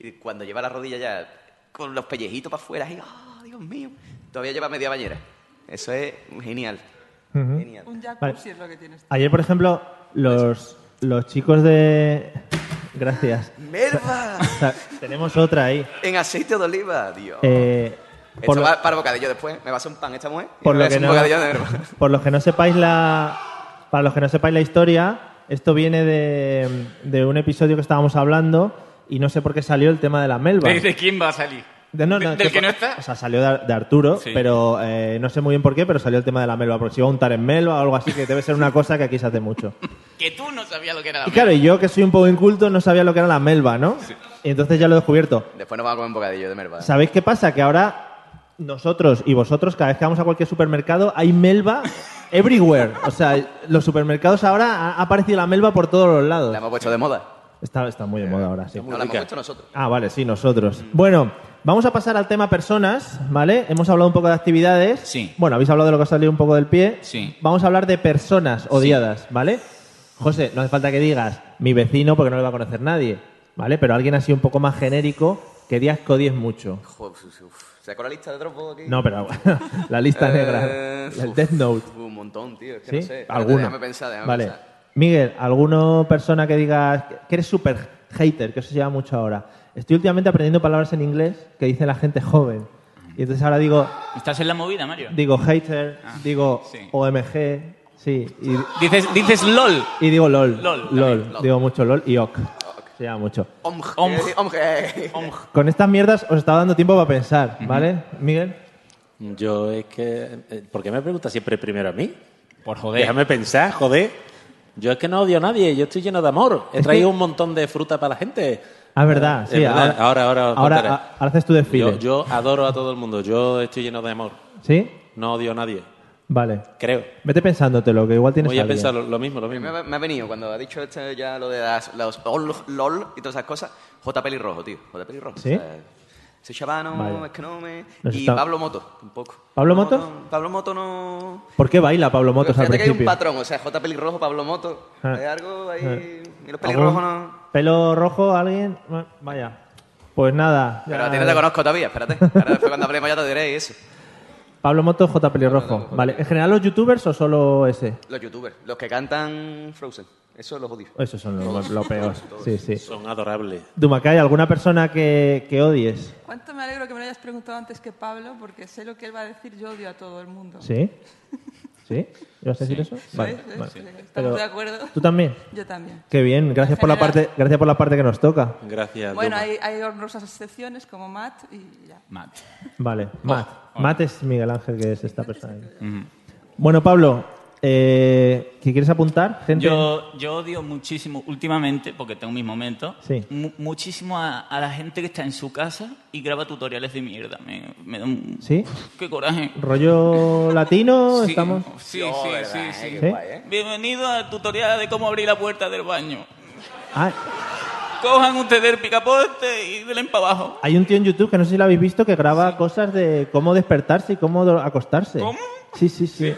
G: Y cuando lleva la rodilla ya con los pellejitos para afuera, y ¡ah, Dios mío! Todavía lleva media bañera. Eso es genial. Genial.
E: Un jacuzzi
D: Vale.
E: es lo que tienes.
D: Ayer, por ejemplo, los, los chicos de... Gracias.
G: ¡Merda!
D: O sea, tenemos otra ahí.
G: en aceite de oliva, Dios.
D: Eh, por,
G: Esto
D: lo,
G: va para bocadillo después. Me va a hacer un pan esta mujer. y
D: por
G: me
D: lo
G: va a
D: que
G: hacer un
D: no,
G: bocadillo de verba.
D: por los que no sepáis la, para los que no sepáis la historia, esto viene de, de un episodio que estábamos hablando y no sé por qué salió el tema de la melva.
F: ¿De, de quién va a salir?
D: De- no, no,
F: ¿Del que no está?
D: O sea, salió de, Ar- de Arturo,
F: Sí.
D: pero eh, no sé muy bien por qué, pero salió el tema de la melva, porque si iba a untar en melva o algo así, que debe ser una cosa que aquí se hace mucho.
F: Que tú no sabías lo que era la
D: Y claro, y yo que soy un poco inculto no sabía lo que era la melva, ¿no? Y entonces ya lo he descubierto.
G: Después nos vamos a comer un bocadillo de merva.
D: ¿Sabéis qué pasa? Que ahora nosotros y vosotros, cada vez que vamos a cualquier supermercado, hay melva everywhere. O sea, los supermercados ahora ha- ha aparecido la melva por todos los
G: La
D: lados.
G: hemos puesto de moda.
D: Está, está muy de moda ahora, sí.
G: No la hemos puesto nosotros.
D: Ah, vale, sí, nosotros.
F: Mm.
D: Bueno, vamos a pasar al tema personas, ¿vale? Hemos hablado un poco de actividades.
F: Sí.
D: Bueno, habéis hablado de lo que os ha salido un poco del pie.
F: Sí.
D: Vamos a hablar de personas odiadas, ¿vale? José, no hace falta que digas mi vecino porque no le va a conocer nadie, ¿vale? Pero alguien así un poco más genérico que digas que odies mucho.
G: Joder, uf, uf. ¿Sacó la lista de Dropo aquí?
D: No, pero la lista
G: Eh,
D: negra, el
G: uf,
D: Death Note,
G: Pues, Un montón, tío. Es que
D: ¿sí?
G: no sé.
D: ¿Alguno?
G: Déjame pensar, déjame
D: vale.
G: pensar.
D: Miguel, ¿alguna persona que digas que eres súper hater, que eso se lleva mucho ahora? Estoy últimamente aprendiendo palabras en inglés que dice la gente joven. Y entonces ahora digo,
F: ¿Estás en la movida, Mario?
D: digo hater,
F: Ah,
D: digo
F: sí.
D: OMG, sí, y,
F: Dices, dices LOL.
D: y digo LOL,
F: LOL,
D: LOL,
F: también,
G: LOL.
D: digo mucho LOL y OK. Se llama mucho.
G: Omg.
F: Omg.
G: eh, Omg. eh.
F: Omg.
D: Con estas mierdas os estaba dando tiempo para pensar, ¿vale, Miguel?
K: Yo es que... eh, ¿Por qué me preguntas siempre primero a mí?
F: Por joder.
K: Déjame pensar, joder. Yo es que no odio a nadie, yo estoy lleno de amor. He traído un montón de fruta para la gente.
D: Ah, verdad, sí,
K: Es verdad.
D: ahora-
K: Ahora, ahora, os
D: ahora-
K: contaré.
D: a- ahora haces tu desfile.
K: Yo, yo adoro a todo el mundo, yo estoy lleno de amor.
D: ¿Sí?
K: No odio a nadie,
D: Vale.
K: creo.
D: Vete pensándotelo, que igual tienes
K: Voy a
D: alguien.
K: pensar lo, lo mismo, lo mismo.
G: Me, ha- me ha venido cuando ha dicho este ya lo de las, los LOL, LOL y todas esas cosas. J. Pelirrojo, tío. J. Pelirrojo.
D: ¿Sí?
G: O sea, soy chavano,
D: Vale.
G: es que no me...
D: Nos
G: y
D: está-
G: Pablo Moto, un poco.
D: ¿Pablo Moto?
G: no- Pablo Moto no...
D: ¿Por qué baila Pablo Motos al
G: Fíjate que hay un
D: principio?
G: patrón, o sea, J. Pelirrojo, Pablo Moto.
D: Ah.
G: Hay algo ahí... Y los
D: ¿Algún
G: pelirrojos no...
D: ¿Pelo rojo alguien? Bueno, Vaya. Pues nada.
G: Pero
D: ya-
G: a ti no te conozco todavía, espérate. Ahora después cuando hablemos ya te diré eso.
D: Pablo Motos, J. Pelirrojo. Vale. ¿En general los youtubers o solo ese?
G: Los youtubers, los que cantan Frozen. Eso los odio.
D: Esos son los lo peor. Sí, sí.
K: Son adorables.
D: Dumacay, ¿alguna persona que, que odies?
E: ¿Cuánto me alegro que me lo hayas preguntado antes que Pablo? Porque sé lo que él va a decir, yo odio a todo el mundo.
D: ¿Sí? ¿Sí? ¿Ibas a decir eso?
E: Sí,
D: Vale,
E: sí,
D: vale.
E: sí, estamos
D: Pero-
E: de acuerdo.
D: ¿Tú también?
E: Yo también.
D: Qué bien, gracias por, la
E: general.
D: parte, gracias por la parte que nos toca.
K: Gracias.
E: Bueno,
K: Duma.
E: hay, hay honrosas excepciones como Matt y ya.
F: Matt.
D: Vale, Matt. Matt es Miguel Ángel, que es esta persona. aquí.
F: Oh, Ujú.
D: Bueno, Pablo, eh, ¿qué quieres apuntar? Gente,
F: Yo, yo odio muchísimo, últimamente, porque tengo mis momentos,
D: Sí.
F: mu- muchísimo a, a la gente que está en su casa y graba tutoriales de mierda. Me, me da un...
D: ¿Sí?
F: ¡Qué coraje!
D: ¿Rollo latino?
F: Sí,
D: ¿Estamos?
F: Sí,
G: Oh,
F: sí,
G: verdad,
F: sí,
G: eh,
F: sí.
G: qué
D: ¿Sí?
G: guay, ¿eh?
F: Bienvenido al tutorial de cómo abrir la puerta del baño.
D: Ah,
F: Cojan ustedes el picaporte y denle para abajo.
D: hay un tío en YouTube que no sé si lo habéis visto que graba cosas de cómo despertarse y cómo do- acostarse.
F: ¿Cómo?
D: Sí, sí, sí.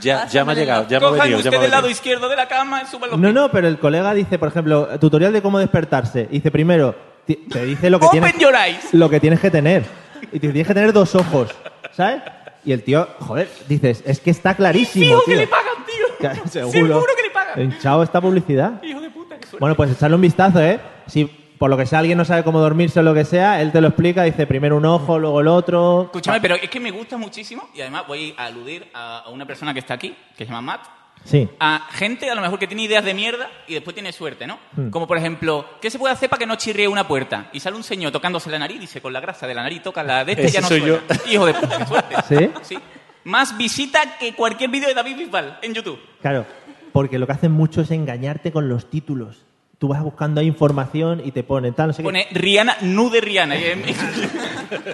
K: Ya, ya me ha llegado, ya me ha
F: Cojan
K: venido. ya me ha
F: ustedes el lado
K: venido.
F: izquierdo de la cama y suban los
D: No,
F: pies.
D: no, pero el colega dice, por ejemplo, tutorial de cómo despertarse. Dice primero, ti- te dice lo que
F: Open
D: tienes,
F: your eyes.
D: lo que tienes que tener. Y te tienes que tener dos ojos, ¿sabes? Y el tío, joder, dices, es que está clarísimo.
F: Fijo
D: tío.
F: que le pagan,
D: Ya,
F: tío.
D: Seguro. Eh.
F: que le pagan.
D: Hinchado esta publicidad.
F: Hijo de puta, qué suerte.
D: Bueno, pues echarle un vistazo, ¿eh? Si por lo que sea alguien no sabe cómo dormirse o lo que sea, él te lo explica, dice primero un ojo, luego el otro.
F: Escúchame, pero es que me gusta muchísimo y además voy a aludir a a una persona que está aquí, que se llama Matt,
D: Sí.
F: a gente a lo mejor que tiene ideas de mierda y después tiene suerte, ¿no?
D: Hmm.
F: Como por ejemplo, ¿qué se puede hacer para que no chirríe una puerta? Y sale un señor tocándose la nariz, dice, con la grasa de la nariz toca la de este y
K: Ese
F: ya no
K: soy
F: suena. Hijo de puta, qué suerte.
D: ¿Sí?
F: Más visita que cualquier vídeo de David Bisbal en YouTube.
D: Claro, porque lo que hacen mucho es engañarte con los títulos. Tú vas buscando ahí información y te ponen tal, no sé qué.
F: Pone Rihanna, nude Rihanna. y en-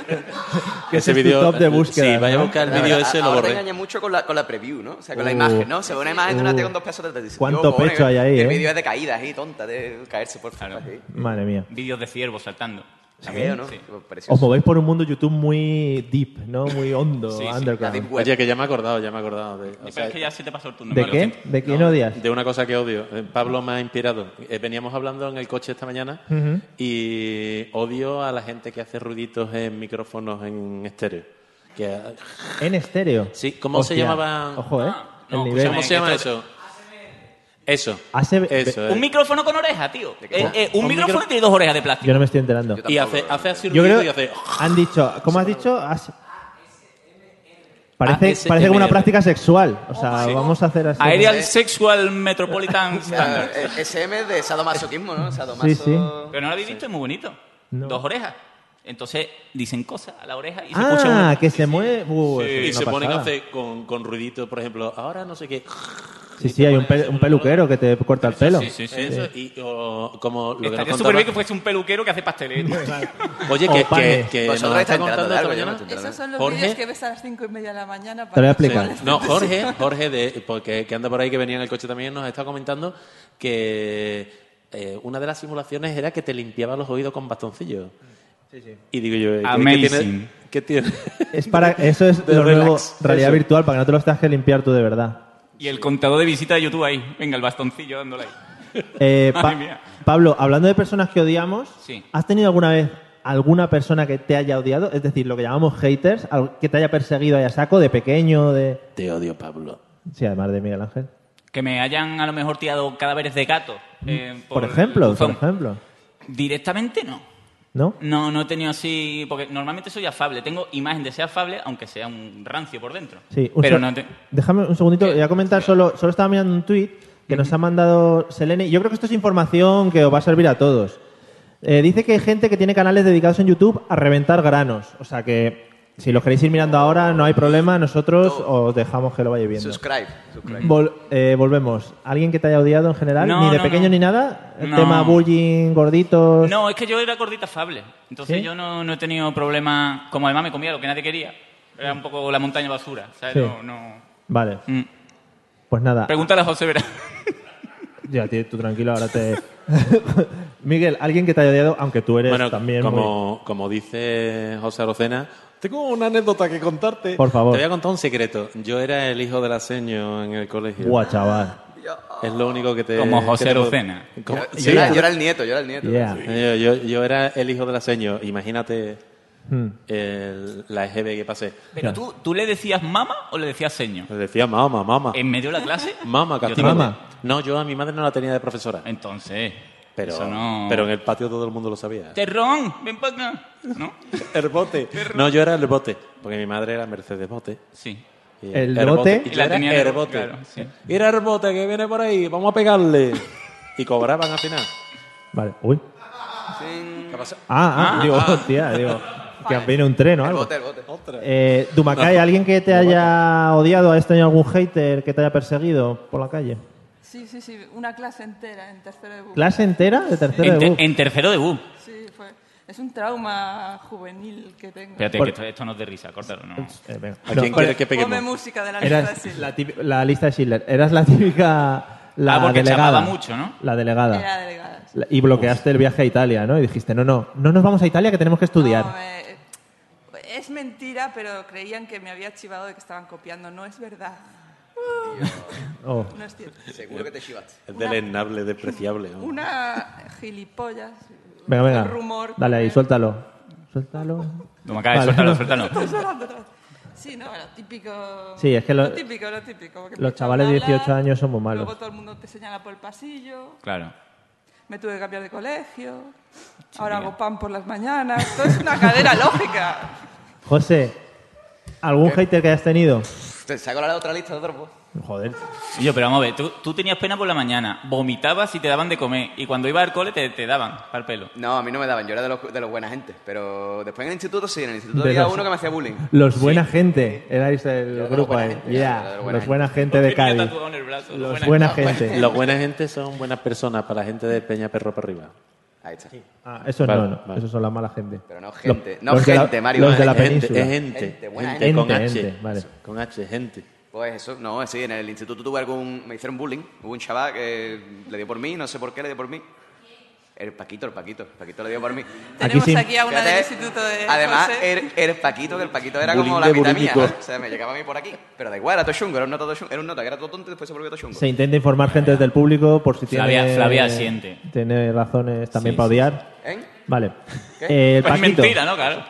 D: que Este
K: Ese
D: es tu
K: vídeo. eh,
D: top de búsqueda,
K: Sí, vaya a
D: ¿no?
K: buscar el
G: Ahora-
K: vídeo ese, lo
G: ahora te
K: borré.
G: engaña mucho con la, con la preview, ¿no? O sea, con la
D: Uh.
G: imagen, ¿no? Se ve una imagen de una
D: Uh.
G: tía con dos pedazos de tesis.
D: Cuánto pecho hay ahí,
G: El
D: ¿eh?
G: vídeo es de caídas y tonta, de caerse por fuera. así.
D: Madre mía.
F: Vídeos de ciervos saltando.
G: Saqueo, ¿no?
F: Sí.
G: Precioso.
D: Os movéis por un mundo YouTube muy deep, ¿no? Muy hondo,
F: Sí, sí,
G: La
D: underground.
G: deep web.
K: Oye, que ya me he acordado, ya me he acordado. De, o
F: Pero
K: sea,
F: es que ya se te pasó el turno.
D: ¿De
F: vale, lo
D: qué?
F: siento.
D: ¿De quién odias?
K: de una cosa que odio. Eh, Pablo me ha inspirado. Eh, Veníamos hablando en el coche esta mañana y odio a la gente que hace ruiditos en micrófonos en estéreo. Que, eh,
D: En estéreo.
K: Sí, ¿cómo se llamaba?
D: Ojo, ¿eh?
F: Ah, no,
D: el nivel.
K: ¿Cómo se llama eso? Eso.
D: ACB.
K: Eso. eh.
F: Un micrófono con oreja, tío.
G: qué?
F: Eh, eh, un,
K: Un
F: micrófono
K: micro-
F: tiene dos orejas de plástico.
D: Yo no me estoy enterando.
K: Y hace, hace así
D: Yo
K: ruido
D: creo
K: y hace... "Ah".
D: han dicho, ¿cómo has dicho? As- Parece,
K: ASMR.
D: parece como una práctica sexual. O sea, vamos a hacer así.
F: Aerial Sexual Metropolitan Standard.
G: Ah, eh, SM de sadomasoquismo, ¿no? Sadomaso...
D: Sí, sí.
F: Pero no lo habéis visto, es muy bonito.
D: No.
F: Dos orejas. Entonces dicen cosas a la oreja y se escucha
D: Ah,
F: una.
D: que se mueve. Uh, eso es
K: Y
D: una
K: se ponen a
D: pasada.
K: hacer con, con ruiditos, por ejemplo, ahora no sé qué.
D: Sí, sí, hay un, pe- un peluquero que te corta el pelo.
F: Sí, sí, sí.
K: Eso, y o, como lo que nos
F: Estaría
K: contaba-
F: súper bien que fuese un peluquero que hace pasteles.
K: Oye,
D: O
K: que, que,
D: panes.
K: que
F: Pues
K: nos
G: Vosotros estáis
K: está
G: enterando
K: contando
G: de
K: esta
G: algo, yo no
K: mañana.
G: estoy enterando de
E: Esos
G: nada.
E: son los
K: Jorge.
E: vídeos que ves a las cinco y media de la mañana.
D: Te lo voy a
E: para-
D: explicar.
K: Sí. No, Jorge, Jorge, de, porque que anda por ahí, que venía en el coche también, nos está comentando que eh, una de las simulaciones era que te limpiaba los oídos con bastoncillos. Y digo yo, eh, ¿qué- ¿qué tiene?
F: Amazing.
K: ¿Qué tiene?
D: Es para, eso es
K: De
D: lo
K: relax,
D: nuevo, realidad
K: eso.
D: virtual, para que no te los tengas que limpiar tú de verdad.
F: Y el contador de visitas de YouTube ahí. Venga, el bastoncillo dándole ahí.
D: Eh, Pa-
F: Madre mía.
D: Pablo, hablando de personas que odiamos,
F: Sí.
D: ¿has tenido alguna vez alguna persona que te haya odiado? Es decir, lo que llamamos haters, al- que te haya perseguido ahí a saco, de pequeño, de...
K: Te odio, Pablo.
D: Sí, además de Miguel Ángel.
F: Que me hayan a lo mejor tirado cadáveres de gato. eh,
D: Por,
F: el
D: ejemplo, por
F: buzón.
D: ejemplo.
F: Directamente no.
D: ¿No?
F: No, no he tenido así, porque normalmente soy afable, tengo imagen de ser afable, aunque sea un rancio por dentro.
D: Sí, un
F: pero
D: seg-
F: no te...
D: Déjame un segundito, voy a comentar solo, solo estaba mirando un tuit que nos ha mandado Selene. y Yo creo que esto es información que os va a servir a todos. Eh, dice que hay gente que tiene canales dedicados en YouTube a reventar granos. O sea que Si los queréis ir mirando ahora, no hay problema. Nosotros os dejamos que lo vaya viendo.
G: Subscribe, subscribe.
D: Vol- eh, volvemos. ¿Alguien que te haya odiado en general?
F: No,
D: ni de
F: no,
D: pequeño
F: no.
D: ni nada. El
F: No.
D: tema bullying, gorditos.
F: No, es que yo era gordita afable. Entonces
D: ¿Sí?
F: yo no, no he tenido problemas. Como además me comía lo que nadie quería. Era un poco la montaña basura. ¿sabes?
D: Sí.
F: No, no-
D: Vale,
F: Mm.
D: pues nada.
F: Pregúntale a José Vera.
D: Ya, tío, tú tranquilo, ahora te. Miguel, alguien que te haya odiado, aunque tú eres
K: Bueno,
D: también. muy-
K: como, como dice José Arocena, tengo una anécdota que contarte.
D: Por favor.
K: Te voy a contar un secreto. Yo era el hijo de la seño en el colegio.
D: Guau, chaval.
K: Es lo único que te...
F: Como José
K: que te puedo-
F: Arocena.
K: Como-
G: Yo,
K: Sí,
G: era, yo era el nieto, yo era el nieto.
D: Yeah.
K: Yo, yo- yo era el hijo de la seño. Imagínate
D: Hmm.
K: el- la EGB que pasé.
F: Pero tú, ¿tú le decías mama o le decías seño?
K: Le decía, mamá, mamá.
F: ¿En medio de la clase?
K: Mamá,
F: Yo
K: castígame.
F: también.
D: Mamá.
K: No, yo a mi madre no la tenía de profesora.
F: Entonces.
K: Pero,
F: eso no.
K: pero en el patio todo el mundo lo sabía.
F: Terrón, ven para acá. ¿No?
K: El bote. No, yo era el bote. Porque mi madre era Mercedes Bote.
F: Sí.
K: Y
D: ¿El
K: era
D: bote?
K: Y
F: Y
K: yo
F: la
K: era
F: tenía de-
K: el bote.
F: claro, sí.
K: Era el bote que viene por ahí, vamos a pegarle. Y cobraban al final.
D: Vale, uy.
G: Sin-
D: Ah, ah, digo, hostia, digo. Que viene un tren o
G: El
D: algo.
G: bote, el bote.
D: Eh, Dumacay, ¿alguien que te haya odiado? ¿Has tenido algún hater que te haya perseguido por la calle?
E: Sí, sí, sí, una clase entera en tercero de BUP.
D: ¿Clase entera de tercero
F: En,
D: de
F: te-
D: BUP?
F: en tercero de bu.
E: Sí, fue. Es un trauma juvenil que tengo.
F: Espérate,
D: Por-
F: que esto, esto no es de risa, córtalo. No.
D: Eh, venga.
K: ¿A
D: No, pero
K: quién quieres que
E: Ponme
K: peguemos?
E: música de la lista
D: Eras
E: de Silvia.
D: la, típ- la lista de Schiller. Eras la típica... La
F: Ah, porque
D: delegada.
F: chapaba mucho, ¿no?
D: La delegada.
E: Era delegada.
D: La- Y bloqueaste el viaje a Italia, ¿no? Y dijiste, no, no, no nos vamos a Italia que tenemos que estudiar.
E: No, eh, es mentira, pero creían que me había chivado de que estaban copiando. No es verdad.
D: Oh.
E: No es cierto.
G: Seguro que te chivaste.
K: Es delenable, despreciable. ¿no?
E: Una gilipollas.
D: Venga, venga.
E: un rumor.
D: Dale ahí,
E: que-
D: suéltalo. Suéltalo.
F: No, acá,
D: Vale.
F: suéltalo, suéltalo.
E: Estoy llorando otra vez. Sí, no, lo típico.
D: Sí, es que lo-
E: típico, lo típico. porque
D: los
E: empezaban
D: chavales
E: a
D: de
E: hablar,
D: 18 años son muy malos.
E: Luego todo el mundo te señala por el pasillo.
F: Claro.
E: Me tuve que cambiar de colegio. Ahora hago pan por las mañanas. Todo es una cadena lógica.
D: José, ¿algún hater que hayas tenido?
G: Te saco la otra lista de otro, pues.
D: Joder.
F: Y Yo, pero vamos a ver, tú, tú tenías pena por la mañana, vomitabas y te daban de comer, y cuando ibas al cole te, te daban para el pelo.
G: No, a mí no me daban, yo era de los, de los buena gente. Pero después en el instituto sí, en el instituto
D: De
G: había
D: los-
G: uno que me hacía bullying.
D: Los buena gente. Erais
G: Yo
D: el
G: era
D: grupo
G: buena
D: ahí.
G: gente,
D: Ya,
G: yo era de buena
D: los buena gente de
F: Tenía
D: Cádiz.
F: tatuado en el brazo, lo
D: Los
F: buena-
D: buena gente.
K: Los buenas gentes son buenas personas para la gente de Peña Perro para arriba.
G: Ahí está.
D: Ah, esos
K: Vale,
D: no, no.
K: vale.
D: Esos son la mala gente.
G: Pero no
D: Los-
G: gente, no
D: los de la-
G: gente, Mario.
D: Los de la
G: Gente,
K: Gente,
D: península.
K: es gente.
G: Gente, buena
K: Gente con
D: gente.
K: H.
D: Gente, vale.
K: Con H, gente.
G: Pues eso, no, sí, en el instituto tuve algún. Me hicieron bullying. Hubo un chaval que le dio por mí, no sé por qué le dio por mí. El Paquito, el Paquito, el Paquito le dio por mí.
E: Tenemos
D: sí.
E: aquí, a una del
G: Fíjate,
E: instituto de.
G: Además,
E: José.
G: el, el Paquito, que el Paquito era
K: Bullying
G: como la
K: de
G: mitad mía.
K: bulímico.
G: ¿sabes? O sea, me llegaba a mí por aquí. Pero da igual, era todo chungo, era un nota, todo chungo, era un nota que era todo tonto y después se volvió todo chungo.
D: Se intenta informar gente del público por si
F: Flavia-
D: tiene,
F: Flavia siente.
D: tiene razones también
F: Sí,
D: para
F: sí,
D: odiar.
G: ¿Eh?
D: Vale.
G: ¿Qué?
D: Eh, el
F: Pues es
D: Paquito.
F: mentira, ¿no? Claro.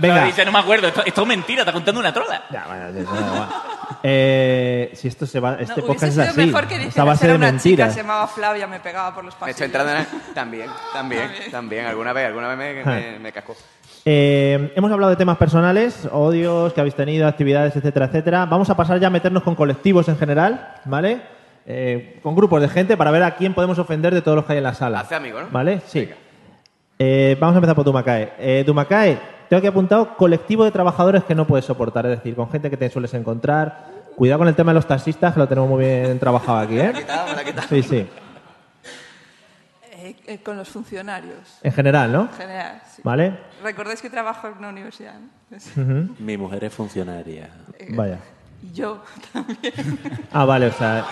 D: Venga.
F: Claro, dice, no me acuerdo, esto, esto es mentira, está contando una trola.
D: Ya, bueno, ya, ya, ya, ya. Eh, si esto se va, este
E: No,
D: podcast es
E: hubiese sido
D: así.
E: mejor que
D: Esta
E: dijeras,
D: base
E: era
D: de
E: una chica,
D: mentiras.
E: se llamaba Flavia, me pegaba por los
G: Me
E: pasillos.
G: estoy entrando en También, también, también. Alguna vez, alguna vez me,
D: Ah.
G: me, me cascó.
D: Eh, hemos hablado de temas personales, odios que habéis tenido, actividades, etcétera, etcétera. Vamos a pasar ya a meternos con colectivos en general, ¿vale? Eh, con grupos de gente para ver a quién podemos ofender de todos los que hay en la sala.
G: Hace amigo, ¿no?
D: ¿Vale? Sí. Eh, vamos a empezar por Dumacae. Eh, Dumacae, tengo aquí apuntado colectivo de trabajadores que no puedes soportar, es decir, con gente que te sueles encontrar. Cuidado con el tema de los taxistas, que lo tenemos muy bien trabajado aquí, ¿eh?
G: Quitaba, me la quitaba.
D: Sí, sí.
E: Eh, eh, con los funcionarios,
D: En general, ¿no?
E: en general. sí.
D: ¿Vale?
E: Recordéis que trabajo en una universidad. ¿no?
D: ¿Mm?
K: Mi mujer es funcionaria.
D: Vaya.
E: Y Eh, yo también.
D: Ah, vale, o sea,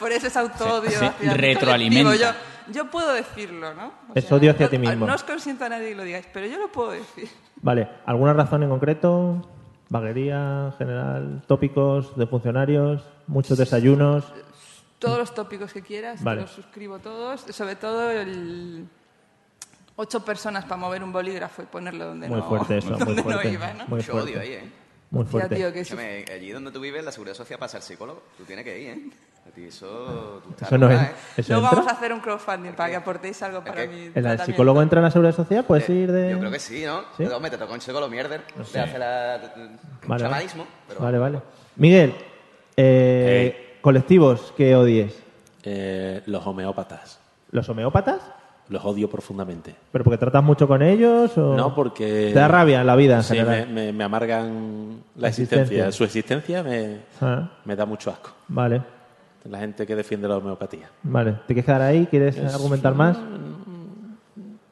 E: Por eso es autoodio.
F: Se- se
E: hacia el
F: retroalimenta.
E: colectivo. Yo, yo puedo decirlo, ¿no? O
D: Es odio hacia
E: no-
D: ti mismo.
E: No os consiento a nadie que lo digáis, pero yo lo puedo decir.
D: vale. ¿Alguna razón en concreto? Vaguería, general, tópicos de funcionarios, muchos desayunos.
E: Todos los tópicos que quieras,
D: Vale.
E: te los suscribo todos. Sobre todo el... Ocho personas para mover un bolígrafo y ponerlo donde
D: Muy
E: no,
D: fuerte eso,
E: donde
D: muy fuerte.
E: no iba, ¿no?
D: Muy
G: Mucho odio
D: fuerte.
G: ahí, ¿eh?
D: Muy
E: Ya,
D: fuerte.
E: tío, que eso-
G: Escúchame, allí donde tú vives, la seguridad social pasa al psicólogo. Tú tienes que ir, ¿eh? A ti eso... Tú estás
D: Eso no es.
G: loca, ¿eh?
D: ¿Eso
E: Luego
D: entra?
E: vamos a hacer un crowdfunding para que aportéis algo para
G: qué?
E: mí.
D: ¿El psicólogo entra en la seguridad social? ¿Puedes
E: Eh,
D: ir de.?
G: Yo creo que sí, ¿no?
D: ¿Sí?
G: Hombre, te toca un psicólogo mierder. Te hace la... el
D: Vale, vale.
G: chamanismo, pero...
D: vale, vale. Miguel, eh, colectivos que odies.
K: Eh, los homeópatas.
D: ¿Los homeópatas?
K: Los odio profundamente.
D: ¿Pero porque tratas mucho con ellos? O...
K: No, porque...
D: Oh. Te da rabia la vida en
K: Sí, me,
D: general.
K: me- me amargan la
D: La
K: existencia.
D: existencia.
K: Su existencia me,
D: Ah,
K: me da mucho asco.
D: vale,
K: La gente que defiende la homeopatía.
D: vale. ¿Te quieres quedar ahí? ¿Quieres argumentar más?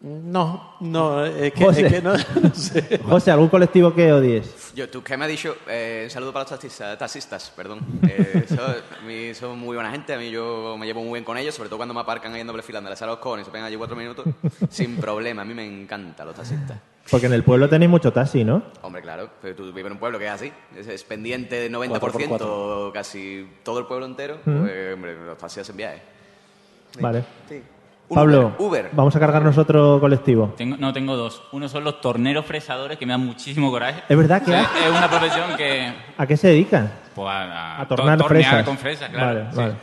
K: No, no, es que,
D: José.
K: es que no, no sé.
D: José, ¿algún colectivo que odies?
G: Yo, tú que me has dicho, eh, un saludo para los taxistas, taxistas, perdón. Eh, so- a mí son muy buena gente, a mí yo me llevo muy bien con ellos, sobre todo cuando me aparcan ahí en doble fila, me les a los cones, se pegan allí cuatro minutos, sin problema, a mí me encantan los taxistas.
D: Porque en el pueblo tenéis mucho taxi, ¿no?
G: Hombre, claro, pero tú vives en un pueblo que es así, es, es pendiente del 90%, casi todo el pueblo entero, pues, hombre, los taxis hacen viajes.
D: Vale.
G: Un
D: Pablo,
G: Uber, Uber.
D: vamos a cargarnos otro colectivo.
F: Tengo- no, tengo dos. Uno son los torneros fresadores, que me dan muchísimo coraje.
D: ¿Es verdad que
F: Es
D: ha-
F: es una profesión que...
D: a qué se dedican?
F: Pues, a,
D: A tornar
F: to- tornear
D: fresas.
F: con fresas, claro.
D: Vale,
F: sí.
D: vale.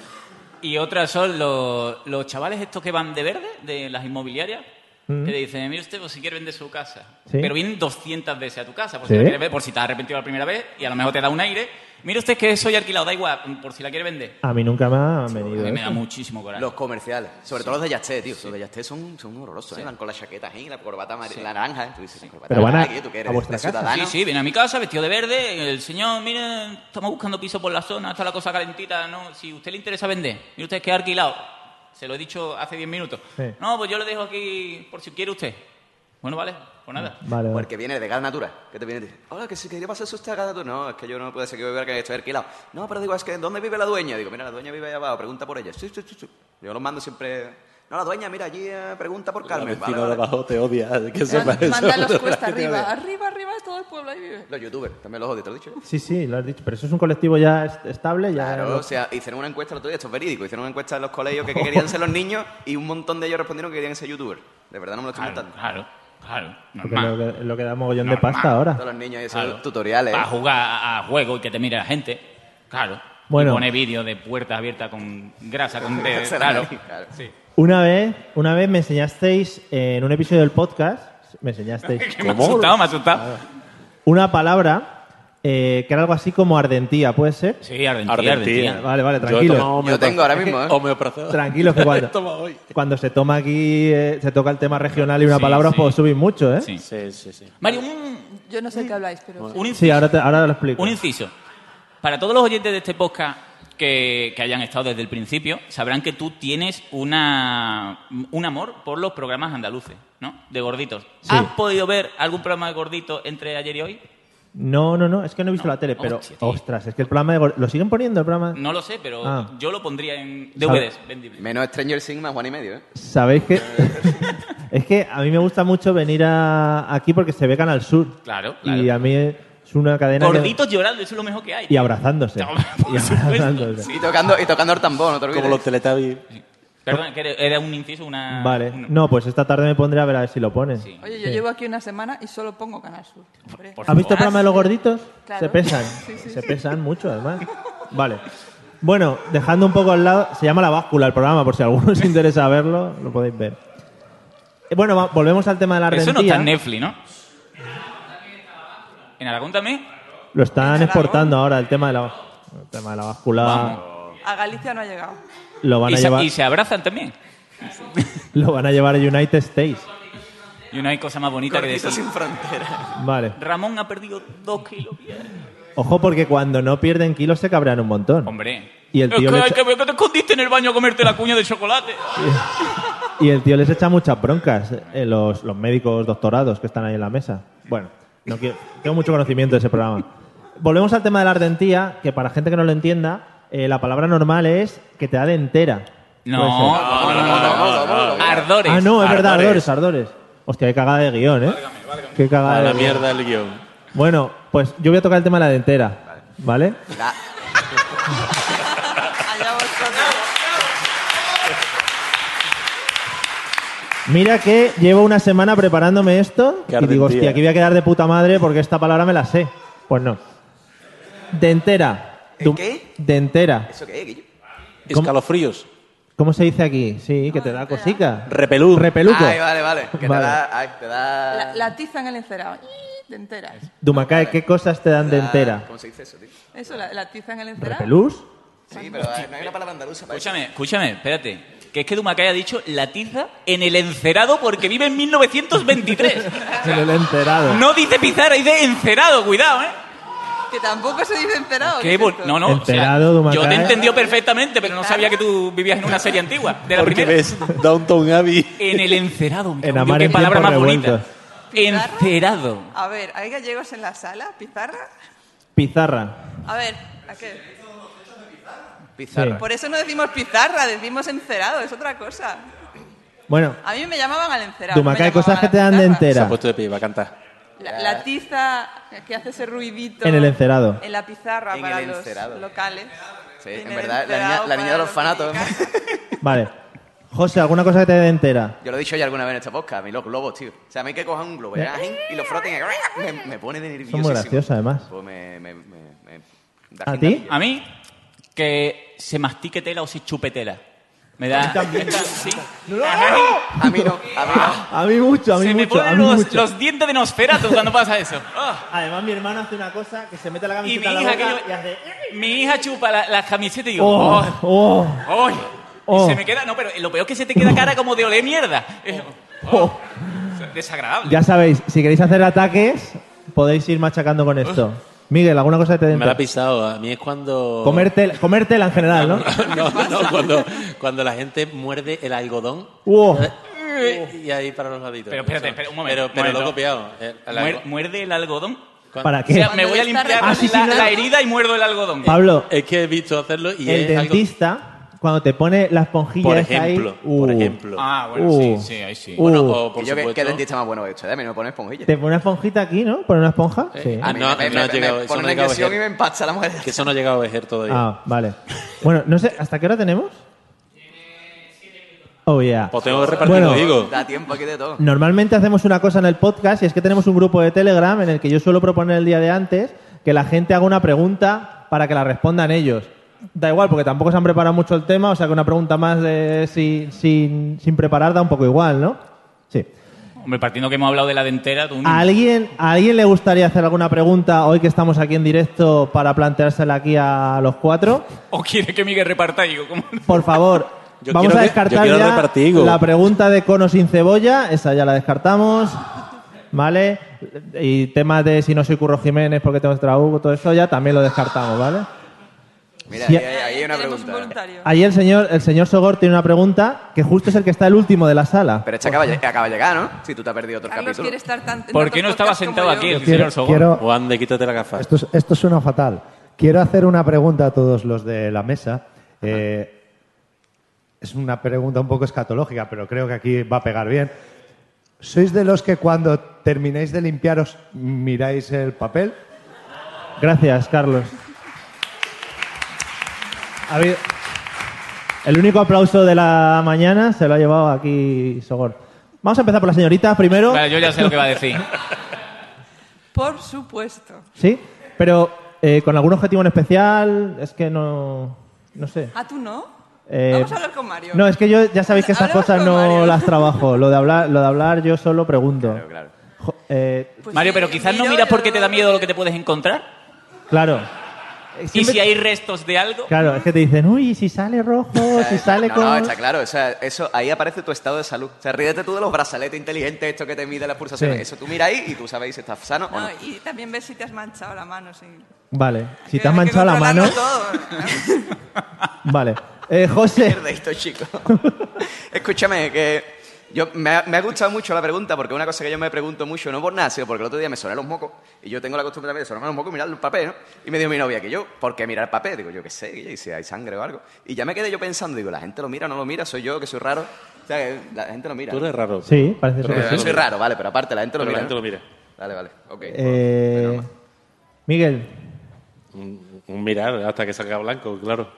F: Y otras son los, los chavales estos que van de verde, de las inmobiliarias, que le dicen, mire usted, pues si quiere vender su casa.
D: Mm. Sí.
F: Pero vienen 200 veces a tu casa, por
D: Sí.
F: si la quieres ver, por si te has arrepentido la primera vez y a lo mejor te da un aire. Mire usted que soy alquilado, da igual, por si la quiere vender.
D: A mí nunca me han
F: A
D: venido.
F: mí me da
D: eso.
F: muchísimo coraje.
G: Los comerciales, sobre todo los de Yasté, tío. Los de Yasté son, son horrorosos, ¿eh? Van con las chaquetas ahí, la corbata amar- la naranja. ¿eh? Tú dices, la corbata
D: Pero van a-
G: naranja, tío, ¿tú qué eres?
D: a vuestra
G: ¿De
D: casa.
G: ciudadano?
F: Sí, sí, viene a mi casa vestido de verde. El señor, mire, estamos buscando piso por la zona, está la cosa calentita. ¿no? Si usted le interesa vender, mire usted que ha alquilado. Se lo he dicho hace 10 minutos.
D: Sí.
F: No, pues yo le dejo aquí por si quiere usted. Bueno, vale, pues nada.
D: Vale, vale.
G: Porque viene de Gas Natura, que te viene y dice, hola, que si quería pasar usted a Gas Natura. No, es que yo no puedo ser que viva que estoy alquilado. No, pero digo, es que ¿dónde vive la dueña? Digo, mira, la dueña vive allá abajo, pregunta por ella. Sí, sí, sí, sí. Yo los mando siempre. No, la dueña, mira allí, eh, pregunta por
K: El
G: Carmen. Vale,
K: vecino de
G: vale.
K: abajo te odia. Que sepa eso.
E: Mándalos cuesta arriba. Arriba, arriba es todo el pueblo ahí vive.
G: Los youtubers, también los odio, te lo he dicho.
D: Sí, sí, lo has dicho. Pero eso es un colectivo ya est- estable, ya.
G: Claro, o sea, hicieron una encuesta el otro día, esto es verídico, hicieron una encuesta en los colegios que, qué querían ser los niños y un montón de ellos respondieron que querían ser youtubers. De verdad no me lo estoy
F: Claro,
G: inventando.
F: claro, claro.
D: porque
F: Normal.
D: lo que, lo que da mogollón de
F: Normal.
D: pasta ahora.
G: Todos los niños y esos
F: Claro.
G: tutoriales.
F: Para
G: ¿eh?
F: jugar a a juego y que te mire la gente. Claro.
D: Bueno.
F: Y pone vídeo de puertas abiertas con grasa, con dedos.
G: Se la
F: claro.
G: nariz, claro.
F: Sí.
D: Una vez, una vez me enseñasteis eh, en un episodio del podcast, me enseñasteis
F: Me ha asustado, me ha asustado.
D: una palabra eh, que era algo así como ardentía, ¿puede ser?
F: Sí, ardentía,
K: Ardentía.
F: ardentía.
D: Vale, vale,
K: Yo he
D: tranquilo.
K: tomado
G: Yo tengo ahora mismo, ¿eh?
K: Homeoprazol.
D: Tranquilos que cuando,
K: Toma hoy.
D: cuando se toma aquí, eh, se toca el tema regional y una
F: Sí,
D: palabra os
F: sí.
D: puedo subir mucho, ¿eh?
F: Sí.
K: Sí, sí, sí.
F: Mario, un,
E: Yo no sé qué habláis, pero...
F: un
D: Sí, ahora, te- ahora lo explico.
F: Un inciso. Para todos los oyentes de este podcast que, que hayan estado desde el principio, sabrán que tú tienes una, un amor por los programas andaluces, ¿no? De gorditos.
D: Sí.
F: ¿Has podido ver algún programa de gorditos entre ayer y hoy?
D: No, no, no, es que no he visto la tele, pero
F: Hostia, tío. Mm.
D: ostras, es que el programa de... gor- ¿Lo siguen poniendo el programa?
F: No lo sé, pero
D: Ah.
F: yo lo pondría en
D: Sabe-
F: DVDs vendibles.
G: Menos Stranger Things más Juan y medio, ¿eh?
D: ¿Sabéis que es que a mí me gusta mucho venir a, aquí porque se ve Canal Sur.
F: Claro,
D: Y
F: claro.
D: a mí es una cadena... que-
F: Gorditos llorando, eso es lo mejor que hay.
D: Y abrazándose.
F: No, por
D: y abrazándose.
F: supuesto, sí.
G: Y tocando, y tocando el tambor, no te olvides.
K: Como los teletubbies.
F: Perdón, que era- era un inciso, una...
D: Vale.
F: una-
D: No, pues esta tarde me pondré a ver a ver si lo ponen.
F: Ah, Sí.
E: Oye, yo llevo aquí una semana y solo pongo Canal Sur. hombre.
F: por
D: ¿Has visto el
F: favor.
D: programa de los gorditos?
E: Ah, Claro.
D: Se pesan.
E: Sí, sí,
D: se
E: sí.
D: pesan mucho, además. Vale. Bueno, dejando un poco al lado, se llama La Báscula el programa, por si a alguno os interesa verlo, lo podéis ver. Eh, Bueno, va- volvemos al tema de la
F: Eso
D: rentilla.
F: no está en Netflix, ¿no? ¿En Aragón también?
D: Lo están
E: Aragón.
D: exportando ahora, el tema de la, el tema de la báscula.
F: Vamos.
E: A Galicia no ha llegado.
D: Lo van,
F: Y
D: a
F: se-
D: llevar,
F: y se abrazan también.
D: lo van a llevar a United States.
F: Y no hay cosa más bonita que
G: Gorditos
F: decir.
G: sin frontera.
D: Vale.
F: Ramón ha perdido dos kilos.
D: Ojo, porque cuando no pierden kilos se cabrean un montón.
F: Hombre.
D: Y el tío
F: es que,
D: le
F: ay,
D: echa-
F: que veo que te escondiste en el baño a comerte la cuña de chocolate.
D: Y el tío les echa muchas broncas, eh, los, los médicos doctorados que están ahí en la mesa. Bueno, no quiero- tengo mucho conocimiento de ese programa. Volvemos al tema de la ardentía, que para gente que no lo entienda, eh, la palabra normal es que te da de entera.
F: No,
D: Puede ser.
F: no, no, no, no, no. Ardores.
D: Ah, no, es verdad, ardores,
K: ardores.
D: ardores. Hostia, qué cagada de guión, ¿eh? Qué cagada
K: A
D: de
K: la
D: guión.
K: mierda el guión.
D: Bueno, pues yo voy a tocar el tema de la dentera, ¿vale?
G: La-
E: Allá vosotros.
D: Mira que llevo una semana preparándome esto
K: Qué
D: y digo,
K: ardentía.
D: hostia, aquí voy a quedar de puta madre porque esta palabra me la sé. Pues no. Dentera.
G: ¿El qué?
D: Dentera.
G: ¿Eso qué es, Guillo?
K: Escalofríos.
D: ¿Cómo se dice aquí? Sí, que te
E: Ah,
D: da cosica.
K: Repelú.
D: Repeluco.
G: Ay, vale, vale. Que
D: Vale.
G: te da... Ay, te da...
E: La, la tiza en el encerado. Te enteras.
D: Dumacae, ¿qué cosas te dan
G: te da-
D: dentera?
G: ¿Cómo se dice eso, tío?
E: Eso, la, la tiza en el encerado.
D: ¿Repelús?
G: Sí, pero ah, no hay una palabra andaluza para eso.
F: Escúchame, escúchame, espérate. que es que Dumacay ha dicho la tiza en el encerado porque vive en 1923.
D: Se lo he enterado.
F: No dice pizarra, dice encerado, cuidado, ¿eh?
E: Que tampoco se dice enterado.
F: Qué bon- No, no, o sea,
D: Enterado, Dumacay.
F: yo te entendió perfectamente, pero no sabía que tú vivías en una serie antigua. De la
K: Porque
F: primera.
K: ves Downton Abbey.
F: En el encerado. me cago
D: En
F: Dios,
D: amar
F: qué
D: en
F: palabra
D: tiempos
F: más bonita.
D: revueltos.
E: ¿Pizarra?
F: Encerado.
E: A ver, ¿hay gallegos en la sala? ¿Pizarra?
D: Pizarra.
E: A ver, ¿a qué?
D: Pizarra.
E: Por eso no decimos pizarra, decimos encerado, es otra cosa.
D: Bueno,
E: A mí me llamaban al encerado. no me
D: Dumacá, hay cosas
E: llamaban
D: que te
E: a
D: dan
E: la
D: de
E: pizarra.
K: Se ha
D: entera.
K: puesto de pie, va a cantar.
E: La, la tiza que hace ese ruidito.
D: En el encerado.
E: En la pizarra
G: En
E: para
G: el
E: los
G: encerado.
E: locales.
G: Sí,
E: En
G: en
E: el
G: verdad, la niña,
E: enterado
G: la niña del
E: para
G: orfanato.
E: los
D: Vale. José, ¿alguna cosa que te dé entera?
G: Yo lo he dicho ya alguna vez en esta podcast, a mí los globos, tío. O sea, a mí que cojan un globo y lo froten y me, me pone de nervioso.
D: graciosos, además.
G: Pues me, me, me, me- da
D: ¿A
G: gente
D: ti?
G: miedo.
F: A mí, que se mastique tela o se chupe tela. Me da. Esta- sí.
G: A mí no, a mí no.
D: A mí mucho, a mí
F: se me
D: mucho, a
F: ponen
D: mí
F: los,
D: mucho.
F: los dientes de Nosferatu cuando pasa eso. Ah.
D: Además, mi hermano hace una cosa que se mete la
F: Y mi
D: camiseta a la
F: hija,
D: boca
F: que yo-
D: y hace...
F: mi hija chupa la, la camiseta y digo,
D: ¡Oh!
F: "Oh,
D: ¡Oh!
F: ¡Ay!
D: Oh.
F: Y se me queda, no, pero lo peor es que se te queda cara como de olé mierda. Es
D: ¡Oh!
F: desagradable.
D: Ya sabéis, si queréis hacer ataques, podéis ir machacando con esto. Miguel, ¿alguna cosa que te dé
K: Me la ha
D: entera?
K: pisado. A mí es cuando.
D: Comer tela- comer tela en general, ¿no?
K: No, no, cuando, cuando la gente muerde el algodón.
D: ¡Oh!
K: Y ahí para los laditos.
F: Pero espérate,
K: Eso.
F: espera, un momento,
K: Pero, pero
F: un
K: lo he
F: momento.
K: copiado. El- el
F: Muer-
K: algo-
F: muerde el algodón.
K: cuando-
D: ¿Para
F: O
D: qué? Ah,
F: sea, me voy a
E: Cuando
F: limpiar
E: está
F: la,
D: remontando.
F: la herida y muerdo el algodón.
D: Pablo,
K: Es que he visto hacerlo y
D: el
K: es algo-
D: dentista, cuando te pone la esponjilla
K: Por
D: esa
K: ejemplo,
D: ahí, uh,
K: por ejemplo.
F: Ah, bueno,
D: Uh.
F: sí, sí, ahí sí.
D: Uh.
K: Bueno, o por
G: Y yo, ¿qué,
K: supuesto-
G: qué dentista más bueno de hecho? Dame, me pone esponjilla.
D: te pone una esponjita aquí, ¿no? ¿Pone una esponja? Sí.
K: Ah, no, no ha llegado,
G: me
K: eso
G: pone
K: no
G: una
K: ha llegado a
G: inyección y
K: ver.
G: me empacha la mujer.
K: Que eso no ha llegado a vejer todavía.
D: Ah, vale. Bueno, no sé, ¿hasta qué hora tenemos? Oh, yeah.
K: Pues tengo que repartir, lo
D: Bueno. Mm,
K: digo.
G: Da tiempo aquí de todo.
D: Normalmente hacemos una cosa en el podcast y es que tenemos un grupo de Telegram en el que yo suelo proponer el día de antes que la gente haga una pregunta para que la respondan ellos. Da igual, porque tampoco se han preparado mucho el tema, o sea que una pregunta más de sin, sin, sin preparar da un poco igual, ¿no? Sí.
F: Hombre, partiendo que hemos hablado de la dentera, tú...
D: ¿A alguien, ¿A alguien le gustaría hacer alguna pregunta hoy que estamos aquí en directo para planteársela aquí a los cuatro?
F: ¿O quieres que Miguel reparta? Digo, ¿cómo?
D: Por favor,
K: Yo
D: vamos
K: quiero
D: a
K: que- yo
D: descartar
K: quiero
D: ya
K: repartir, Hugo.
D: la pregunta de cono sin cebolla, esa ya la descartamos, ¿vale? Y temas de si no soy Curro Jiménez porque tengo trabuco, todo eso ya también lo descartamos, ¿vale?
G: Mira,
D: Sí.
G: ahí, ahí hay una
E: Tenemos un
G: pregunta.
E: voluntario.
D: Ahí el señor, el señor Sogor tiene una pregunta que justo es el que está el último de la sala.
G: Pero este acaba, acaba de llegar, ¿no? Si tú te has perdido otro
E: Carlos
G: capítulo.
E: quiere estar tan. en
F: ¿Por qué no
E: tantos
F: estaba
E: podcasts
F: sentado
E: como
F: aquí
E: yo?
F: el señor Sogor?
K: Juan, de quítate la gafa.
I: Esto, es- esto suena fatal. Quiero hacer una pregunta a todos los de la mesa. Eh, es una pregunta un poco escatológica, pero creo que aquí va a pegar bien. ¿Sois de los que cuando termináis de limpiaros miráis el papel?
D: Gracias, Carlos. Ha habido- El único aplauso de la mañana se lo ha llevado aquí Sogor. Vamos a empezar por la señorita primero.
F: Vale, yo ya sé lo que va a decir.
E: Por supuesto.
D: Sí, pero eh, con algún objetivo en especial, es que no. No sé.
E: ¿A tú no?
D: Eh,
E: Ah, Vamos a hablar con Mario.
D: No, es que yo ya sabéis que esas
E: Hablemos
D: cosas
E: con
D: no
E: Mario.
D: las trabajo. Lo de hablar, lo de hablar yo solo pregunto. eh, Claro,
G: Claro.
E: Pues
F: Mario,
E: sí,
F: pero quizás no
E: miro,
F: miras
E: yo-
F: porque te da miedo lo que te puedes encontrar.
D: claro. Eh,
F: Y
D: siempre-
F: si hay restos de algo...
D: Claro, es que te dicen, uy, si sale rojo, si sale
G: no,
D: con.
G: no, está claro. O sea, eso, ahí aparece tu estado de salud. O sea, ríete tú de los brazaletes inteligentes estos que te miden las pulsaciones.
D: Sí.
G: Eso tú mira ahí y tú sabes si estás sano o
E: No,
G: no.
E: y también ves si te has manchado la mano. sí.
D: Vale, si
E: Que
D: te has
E: hay que
D: manchado la mano.
E: controlarlo todo.
D: Vale. Eh, José,
G: Mierda esto, chicos. Escúchame, que yo, me, ha, me ha gustado mucho la pregunta porque una cosa que yo me pregunto mucho, no por nada, sino porque el otro día me soné los mocos y yo tengo la costumbre también de sonarme los mocos y mirar el papel, ¿no? Y me dijo mi novia que yo, ¿por qué mirar el papel? Digo, yo qué sé, y si hay sangre o algo. Y ya me quedé yo pensando, digo, ¿la gente lo mira o no lo mira? ¿Soy yo que soy raro? O sea, que la gente lo mira.
K: Tú eres raro.
D: sí, parece ser
G: Pero
D: que
G: yo
D: sí.
G: soy raro, vale, pero aparte la gente lo
K: Pero la
G: mira.
K: gente
G: ¿no?
K: lo mira.
G: Vale, vale, ok.
D: Eh, Miguel,
K: Un, un mirar hasta que salga blanco, claro.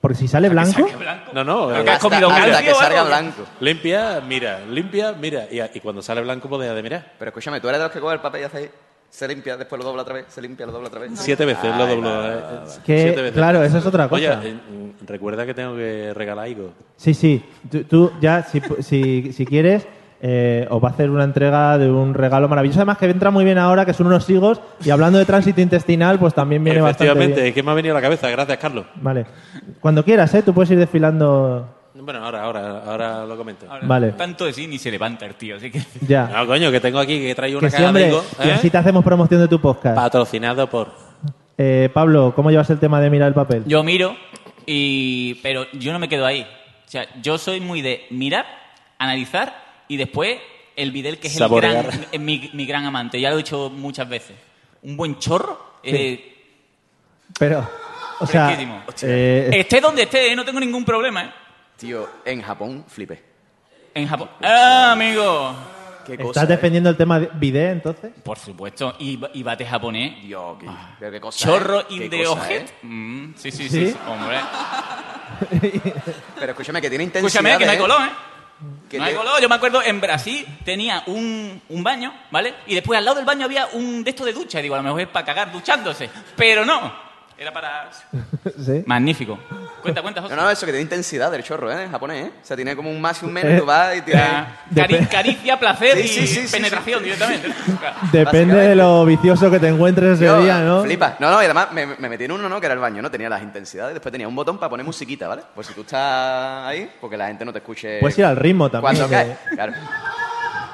D: porque si sale blanco.
K: No, no.
F: Creo
K: eh,
F: que has
G: Hasta-
F: comido
G: hasta
F: calcio
G: que
F: o algo,
G: salga
F: ¿no?
G: blanco.
K: Limpia, mira. Limpia, mira. Y, a- y cuando sale blanco, pues deja de mirar.
G: Pero escúchame, tú eres de los que coge el papel y hace ahí, se limpia, después lo dobla otra vez, se limpia, lo dobla otra vez.
K: Siete veces lo doblo. eh,
D: Que,
K: siete veces.
D: claro, esa es otra cosa.
K: Oye, eh, mm, recuerda que tengo que regalar algo.
D: Sí, sí. Tú, tú ya, si, si, si quieres, eh, os va a hacer una entrega de un regalo maravilloso. Además, que entra muy bien ahora, que son unos higos. Y hablando de tránsito intestinal, pues también viene bastante
K: Efectivamente,
D: bien.
K: es que me ha venido a la cabeza. Gracias, Carlos.
D: Vale. Cuando quieras, ¿eh? Tú puedes ir desfilando.
K: Bueno, ahora, ahora, ahora lo comento.
F: Ahora,
D: Vale.
F: Tanto de sí ni se levanta el tío, así que...
D: Ya.
K: No, coño, que tengo aquí que traigo
D: Que
K: Ah, una
D: sí,
K: caja
D: hombre,
K: de Bingo,
D: y
K: ¿eh?
D: así te hacemos promoción de tu podcast.
K: Patrocinado por...
D: Eh, Pablo, ¿cómo llevas el tema de mirar el papel?
F: Yo miro, y pero yo no me quedo ahí. O sea, yo soy muy de mirar, analizar y después el videl que es el
K: Saborear.
F: gran, eh, mi, mi gran amante. Ya lo he dicho muchas veces. Un buen chorro. eh,
D: Pero, o sea,
F: Fresquísimo.
D: eh,
F: esté donde esté, eh, no tengo ningún problema. eh.
G: Tío, en Japón flipé.
F: En Japón. ¡Ah, amigo!
G: Qué cosa. eh.
D: ¿estás defendiendo el tema de Bidé entonces?
F: Por supuesto. Y, ba- y bate japonés.
G: Dios, qué, pero qué cosa.
F: Chorro
G: ¿eh? Qué
F: in the
G: cosa,
F: ojet.
G: ¿eh?
F: Mm, sí,
D: ¿Sí?
F: sí, sí, sí, hombre.
G: Pero escúchame, que tiene intensidad.
F: Escúchame, que no hay
G: ¿eh?
F: color, ¿eh?
G: Que
F: no hay
G: tiene-
F: color. Yo me acuerdo en Brasil tenía un, un baño, ¿vale? Y después al lado del baño había un de esto de ducha. Y digo, a lo mejor es para cagar duchándose. Pero no. Era para.
D: Sí.
F: Magnífico. Cuenta, cuenta, José.
G: No, no, eso que tiene intensidad del chorro, ¿eh? En japonés, ¿eh? O sea, tiene como un más y un menos, tú vas y tiene...
F: Ya. Cari- caricia, placer
G: Eh, Sí,
F: y
G: sí, sí, sí,
F: penetración directamente.
D: Depende de lo vicioso que te encuentres ese
G: Tío,
D: día, ¿no?
G: Flipa. No, no, y además me, me metí en uno, ¿no? Que era el baño, ¿no? Tenía las intensidades, después tenía un botón para poner musiquita, ¿vale? Pues si tú estás ahí, porque la gente no te escuche.
D: Puedes ir al ritmo también,
G: Cuando
D: que-
G: caes, claro.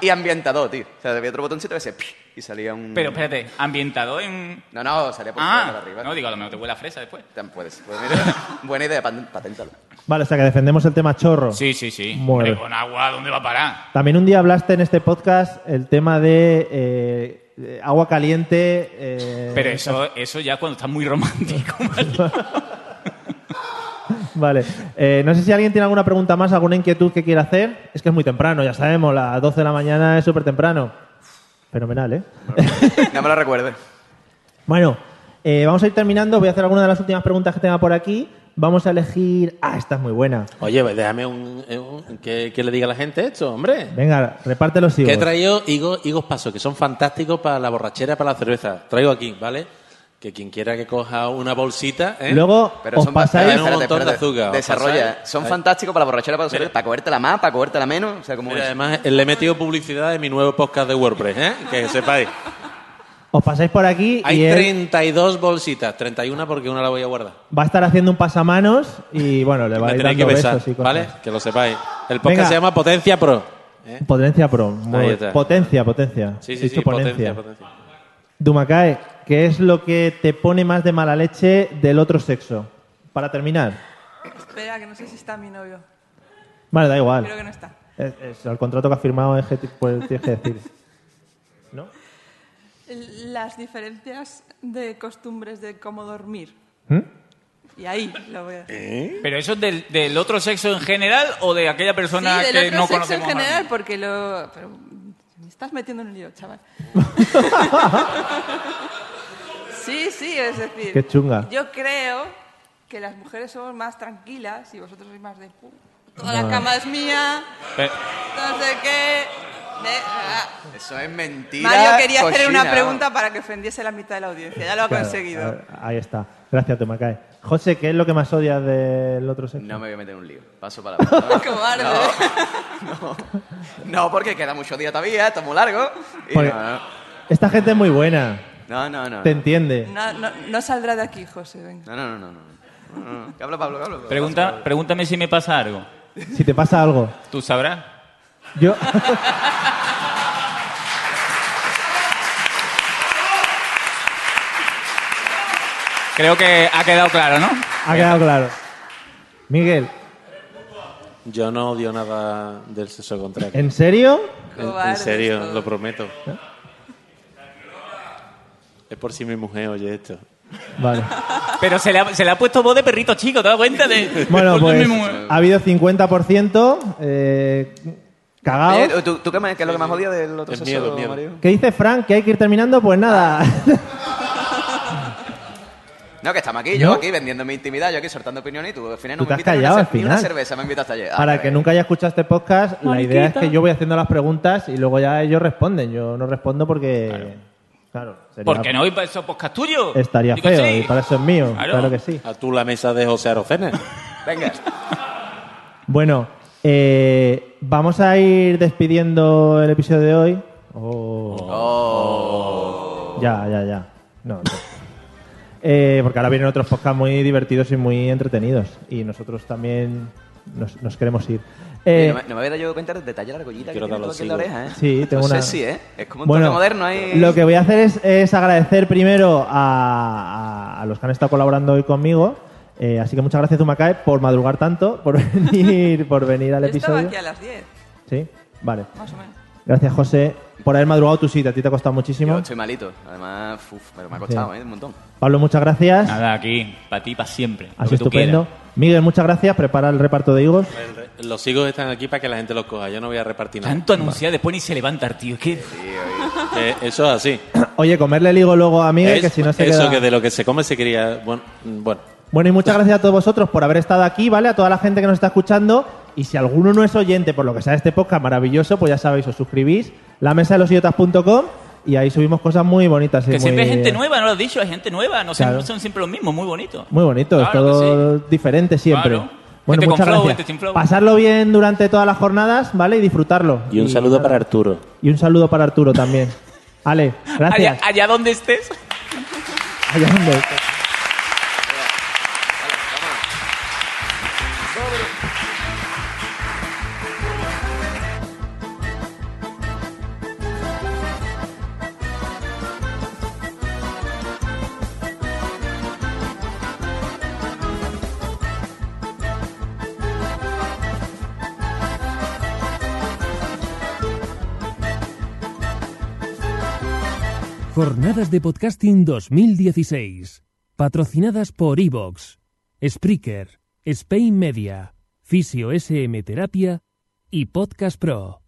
G: Y ambientador, tío. O sea, había otro botoncito que decía "Pi", y salía un.
F: Pero espérate, ambientado en.
G: No, no, salía por Pues fuera, para
F: Ah,
G: arriba.
F: no, digo, a lo mejor te huele a fresa después.
G: Tan puedes. Pues mira, buena idea, pat- paténtalo.
D: Vale, o sea, que defendemos el tema chorro.
F: Sí, sí, sí.
D: Muy
F: Hombre,
D: bien.
F: con agua, ¿dónde va a parar?
D: También un día hablaste en este podcast el tema de eh, eh, agua caliente. eh,
F: Pero eso, eso ya cuando estás muy romántico. ¿vale?
D: Vale. Eh, no sé si alguien tiene alguna pregunta más, alguna inquietud que quiera hacer. Es que es muy temprano, ya sabemos, las 12 de la mañana es súper temprano. Fenomenal, ¿eh?
G: No me lo recuerdes.
D: Bueno, eh, vamos a ir terminando. Voy a hacer alguna de las últimas preguntas que tenga por aquí. Vamos a elegir. Ah, esta es muy buena.
K: Oye, pues déjame un, eh, un- que, que le diga a la gente esto, hombre.
D: Venga, reparte los
K: Que he
D: higos.
K: traído higos, higos pasos, que son fantásticos para la borrachera, para la cerveza. Traigo aquí, ¿vale? Que quien quiera que coja una bolsita, ¿eh?
D: Luego
G: Pero
D: os
G: son ba-
D: pasáis.
K: Hay un montón de azúcar, os
G: Desarrolla.
K: pasáis.
G: Son
K: Ahí.
G: fantásticos para la borrachera, para la cerveza, para cogértela más, para cogértela menos. O sea, como
K: Mira,
G: es.
K: además, eh, le he metido publicidad de mi nuevo podcast de WordPress, ¿eh? Que sepáis.
D: Os pasáis por aquí
K: Hay
D: y él
K: 32 bolsitas, 31 porque una la voy a guardar.
D: va a estar haciendo un pasamanos y bueno, le va
K: Me
D: a ir
K: tenéis
D: dando
K: que besar,
D: besos y cosas.
K: ¿vale? Que lo sepáis. El podcast
D: Venga.
K: se llama Potencia Pro.
D: Potencia pro. Muy
K: Ahí
D: bien.
K: está.
D: Potencia, potencia.
K: Sí,
D: He
K: sí, sí,
D: dicho
K: potencia, potencia.
D: Dumakae, ¿qué es lo que te pone más de mala leche del otro sexo? Para terminar.
E: Espera, que no sé si está mi novio.
D: Vale, da igual.
E: Creo que no está.
D: Es- es- el contrato que has firmado es que ti- pues, tienes que decir. ¿No?
E: Las diferencias de costumbres de cómo dormir.
D: ¿Mm?
E: Y ahí lo voy a decir.
F: ¿Pero eso es del, del otro sexo en general o de aquella
E: Sí,
F: persona
E: del
F: que
E: otro
F: no
E: sexo en
F: conocemos más?
E: general, porque lo... pero, mm, me estás metiendo en un lío, chaval. sí, sí, es decir...
D: Qué chunga.
E: Yo creo que las mujeres somos más tranquilas y vosotros sois más de... "Uh, Toda la cama es mía,
F: Pe-
E: no sé qué... me- ah".
G: Eso es mentira.
E: Mario quería hacer
G: cochina,
E: una pregunta
G: vamos.
E: para que ofendiese la mitad de la audiencia. Ya lo ha
D: Claro, a
E: conseguido.
D: ver, Ahí está. Gracias, Dumakae. José, ¿qué es lo que más odias del otro sexo?
G: No me voy a meter en un lío. Paso para la
E: Cobarde.
G: No, no, porque queda mucho día todavía, está muy largo. Y
D: Porque
G: no,
D: Esta gente es muy buena.
G: no, no, no, no.
D: Te entiende.
E: No, no, no saldrá de aquí, José, venga.
G: No, no, no, no, no. no, no. ¿Qué habla Pablo? ¿Qué habla Pablo?
F: Pregunta, pregúntame si me pasa algo.
D: Si te pasa algo.
F: ¿Tú sabrás?
D: Yo.
F: Creo que ha quedado claro, ¿no?
D: ha quedado claro. Miguel,
K: Yo no odio nada del sexo contrario.
D: ¿en serio?
K: En- En,
E: Cobardes
K: serio,
E: todos.
K: lo prometo.
D: ¿Eh?
K: Es por si mi mujer oye esto.
D: Vale.
F: Pero se le ha, se le ha puesto voz de perrito chico, ¿te das cuenta? De,
D: Bueno,
F: Por
D: pues
F: mi mujer.
D: ha habido 50% eh,
G: Eh,
D: cagado.
G: ¿Tú, tú qué, más- qué es lo que más odia del otro
K: Es
G: sexo,
K: miedo, miedo.
G: Mario?
D: ¿Qué dice Frank? ¿Que hay que ir terminando? Pues
F: Ah,
D: nada.
G: No, que estamos aquí, yo
D: ¿No?
G: aquí vendiendo mi intimidad, yo aquí soltando opiniones y tú al final no
D: Tú te
G: me
D: has
G: invitas ni una
D: callado al
G: cer- ni una
D: final.
G: cerveza, me invitas ayer. Ah,
D: Para
G: vale.
D: que nunca haya escuchado este podcast, la idea es que yo voy haciendo las preguntas y luego ya ellos responden. Yo no respondo porque. Claro. sería-
F: ¿Por qué no? ¿Y para esos podcast tuyos?
D: Estaría
F: Digo,
D: feo
F: sí.
D: y para eso es mío. Claro,
F: Claro.
D: que sí.
K: A tú la mesa de José Arocena.
G: Venga.
D: Bueno, eh, vamos a ir despidiendo el episodio de hoy. Oh.
G: Oh.
D: Ya, ya, ya. No, no. Eh, porque ahora vienen otros podcasts muy divertidos y muy entretenidos. Y nosotros también nos, nos queremos ir. Eh,
G: Oye, no, me, no me había dado cuenta del detalle de la collita que
K: Quiero
G: tiene
K: dar
G: tú
K: los
G: aquí en la
K: siglos.
G: oreja, ¿eh?
D: Sí, tengo
G: no
D: una-
G: Sé si, ¿eh? Es como un
D: Bueno,
G: toque moderno ahí.
D: Lo que voy a hacer es, es agradecer primero a, a- a los que han estado colaborando hoy conmigo. Eh, así que muchas gracias, Zumakae, por madrugar tanto, por venir, por venir al
E: Yo estaba
D: episodio.
E: aquí a las 10,
D: Sí, vale.
E: más o menos.
D: Gracias, José, por haber madrugado tu sitio. A ti te ha costado muchísimo.
G: Yo estoy malito. Además, uf, pero me ha costado,
D: Sí.
G: ¿eh? Un montón.
D: Pablo, muchas gracias.
F: Nada, aquí, para ti, para siempre. lo
D: Así
F: que tú
D: estupendo.
F: quieras.
D: Miguel, muchas gracias. Prepara el reparto de higos.
K: El re- Los higos están aquí para que la gente los coja. Yo no voy a repartir nada.
F: Tanto anunciar, después ni se levanta el tío. Es que
K: Eh, eso es así.
D: Oye, comerle el higo luego a Miguel,
K: Es-
D: que si no se
K: eso
D: queda...
K: que de lo que se come se quería. Bueno, mm, bueno.
D: Bueno, y muchas gracias a todos vosotros por haber estado aquí, ¿vale? A toda la gente que nos está escuchando. Y si alguno no es oyente, por lo que sea de este podcast maravilloso, pues ya sabéis, os suscribís, lamesadelosidiotas.com y ahí subimos cosas muy bonitas. y
F: que
D: muy-
F: siempre hay gente nueva, no lo has dicho, hay gente nueva. No siempre-
D: Claro.
F: son siempre los mismos, muy bonitos.
D: Muy bonito, es
F: Claro que
D: todo diferente siempre.
F: Claro.
D: Bueno,
F: Gente con
D: muchas
F: flow,
D: gracias.
F: gente sin flow.
D: Pasarlo bien durante todas las jornadas, ¿vale? Y disfrutarlo.
K: Y un saludo para Arturo.
D: Y un saludo para Arturo también. Ale, gracias.
F: Allá, allá donde estés.
D: Allá donde-
A: Jornadas de Podcasting 2016. Patrocinadas por Evox, Spreaker, Spain Media, Fisio SM Terapia y Podcast Pro.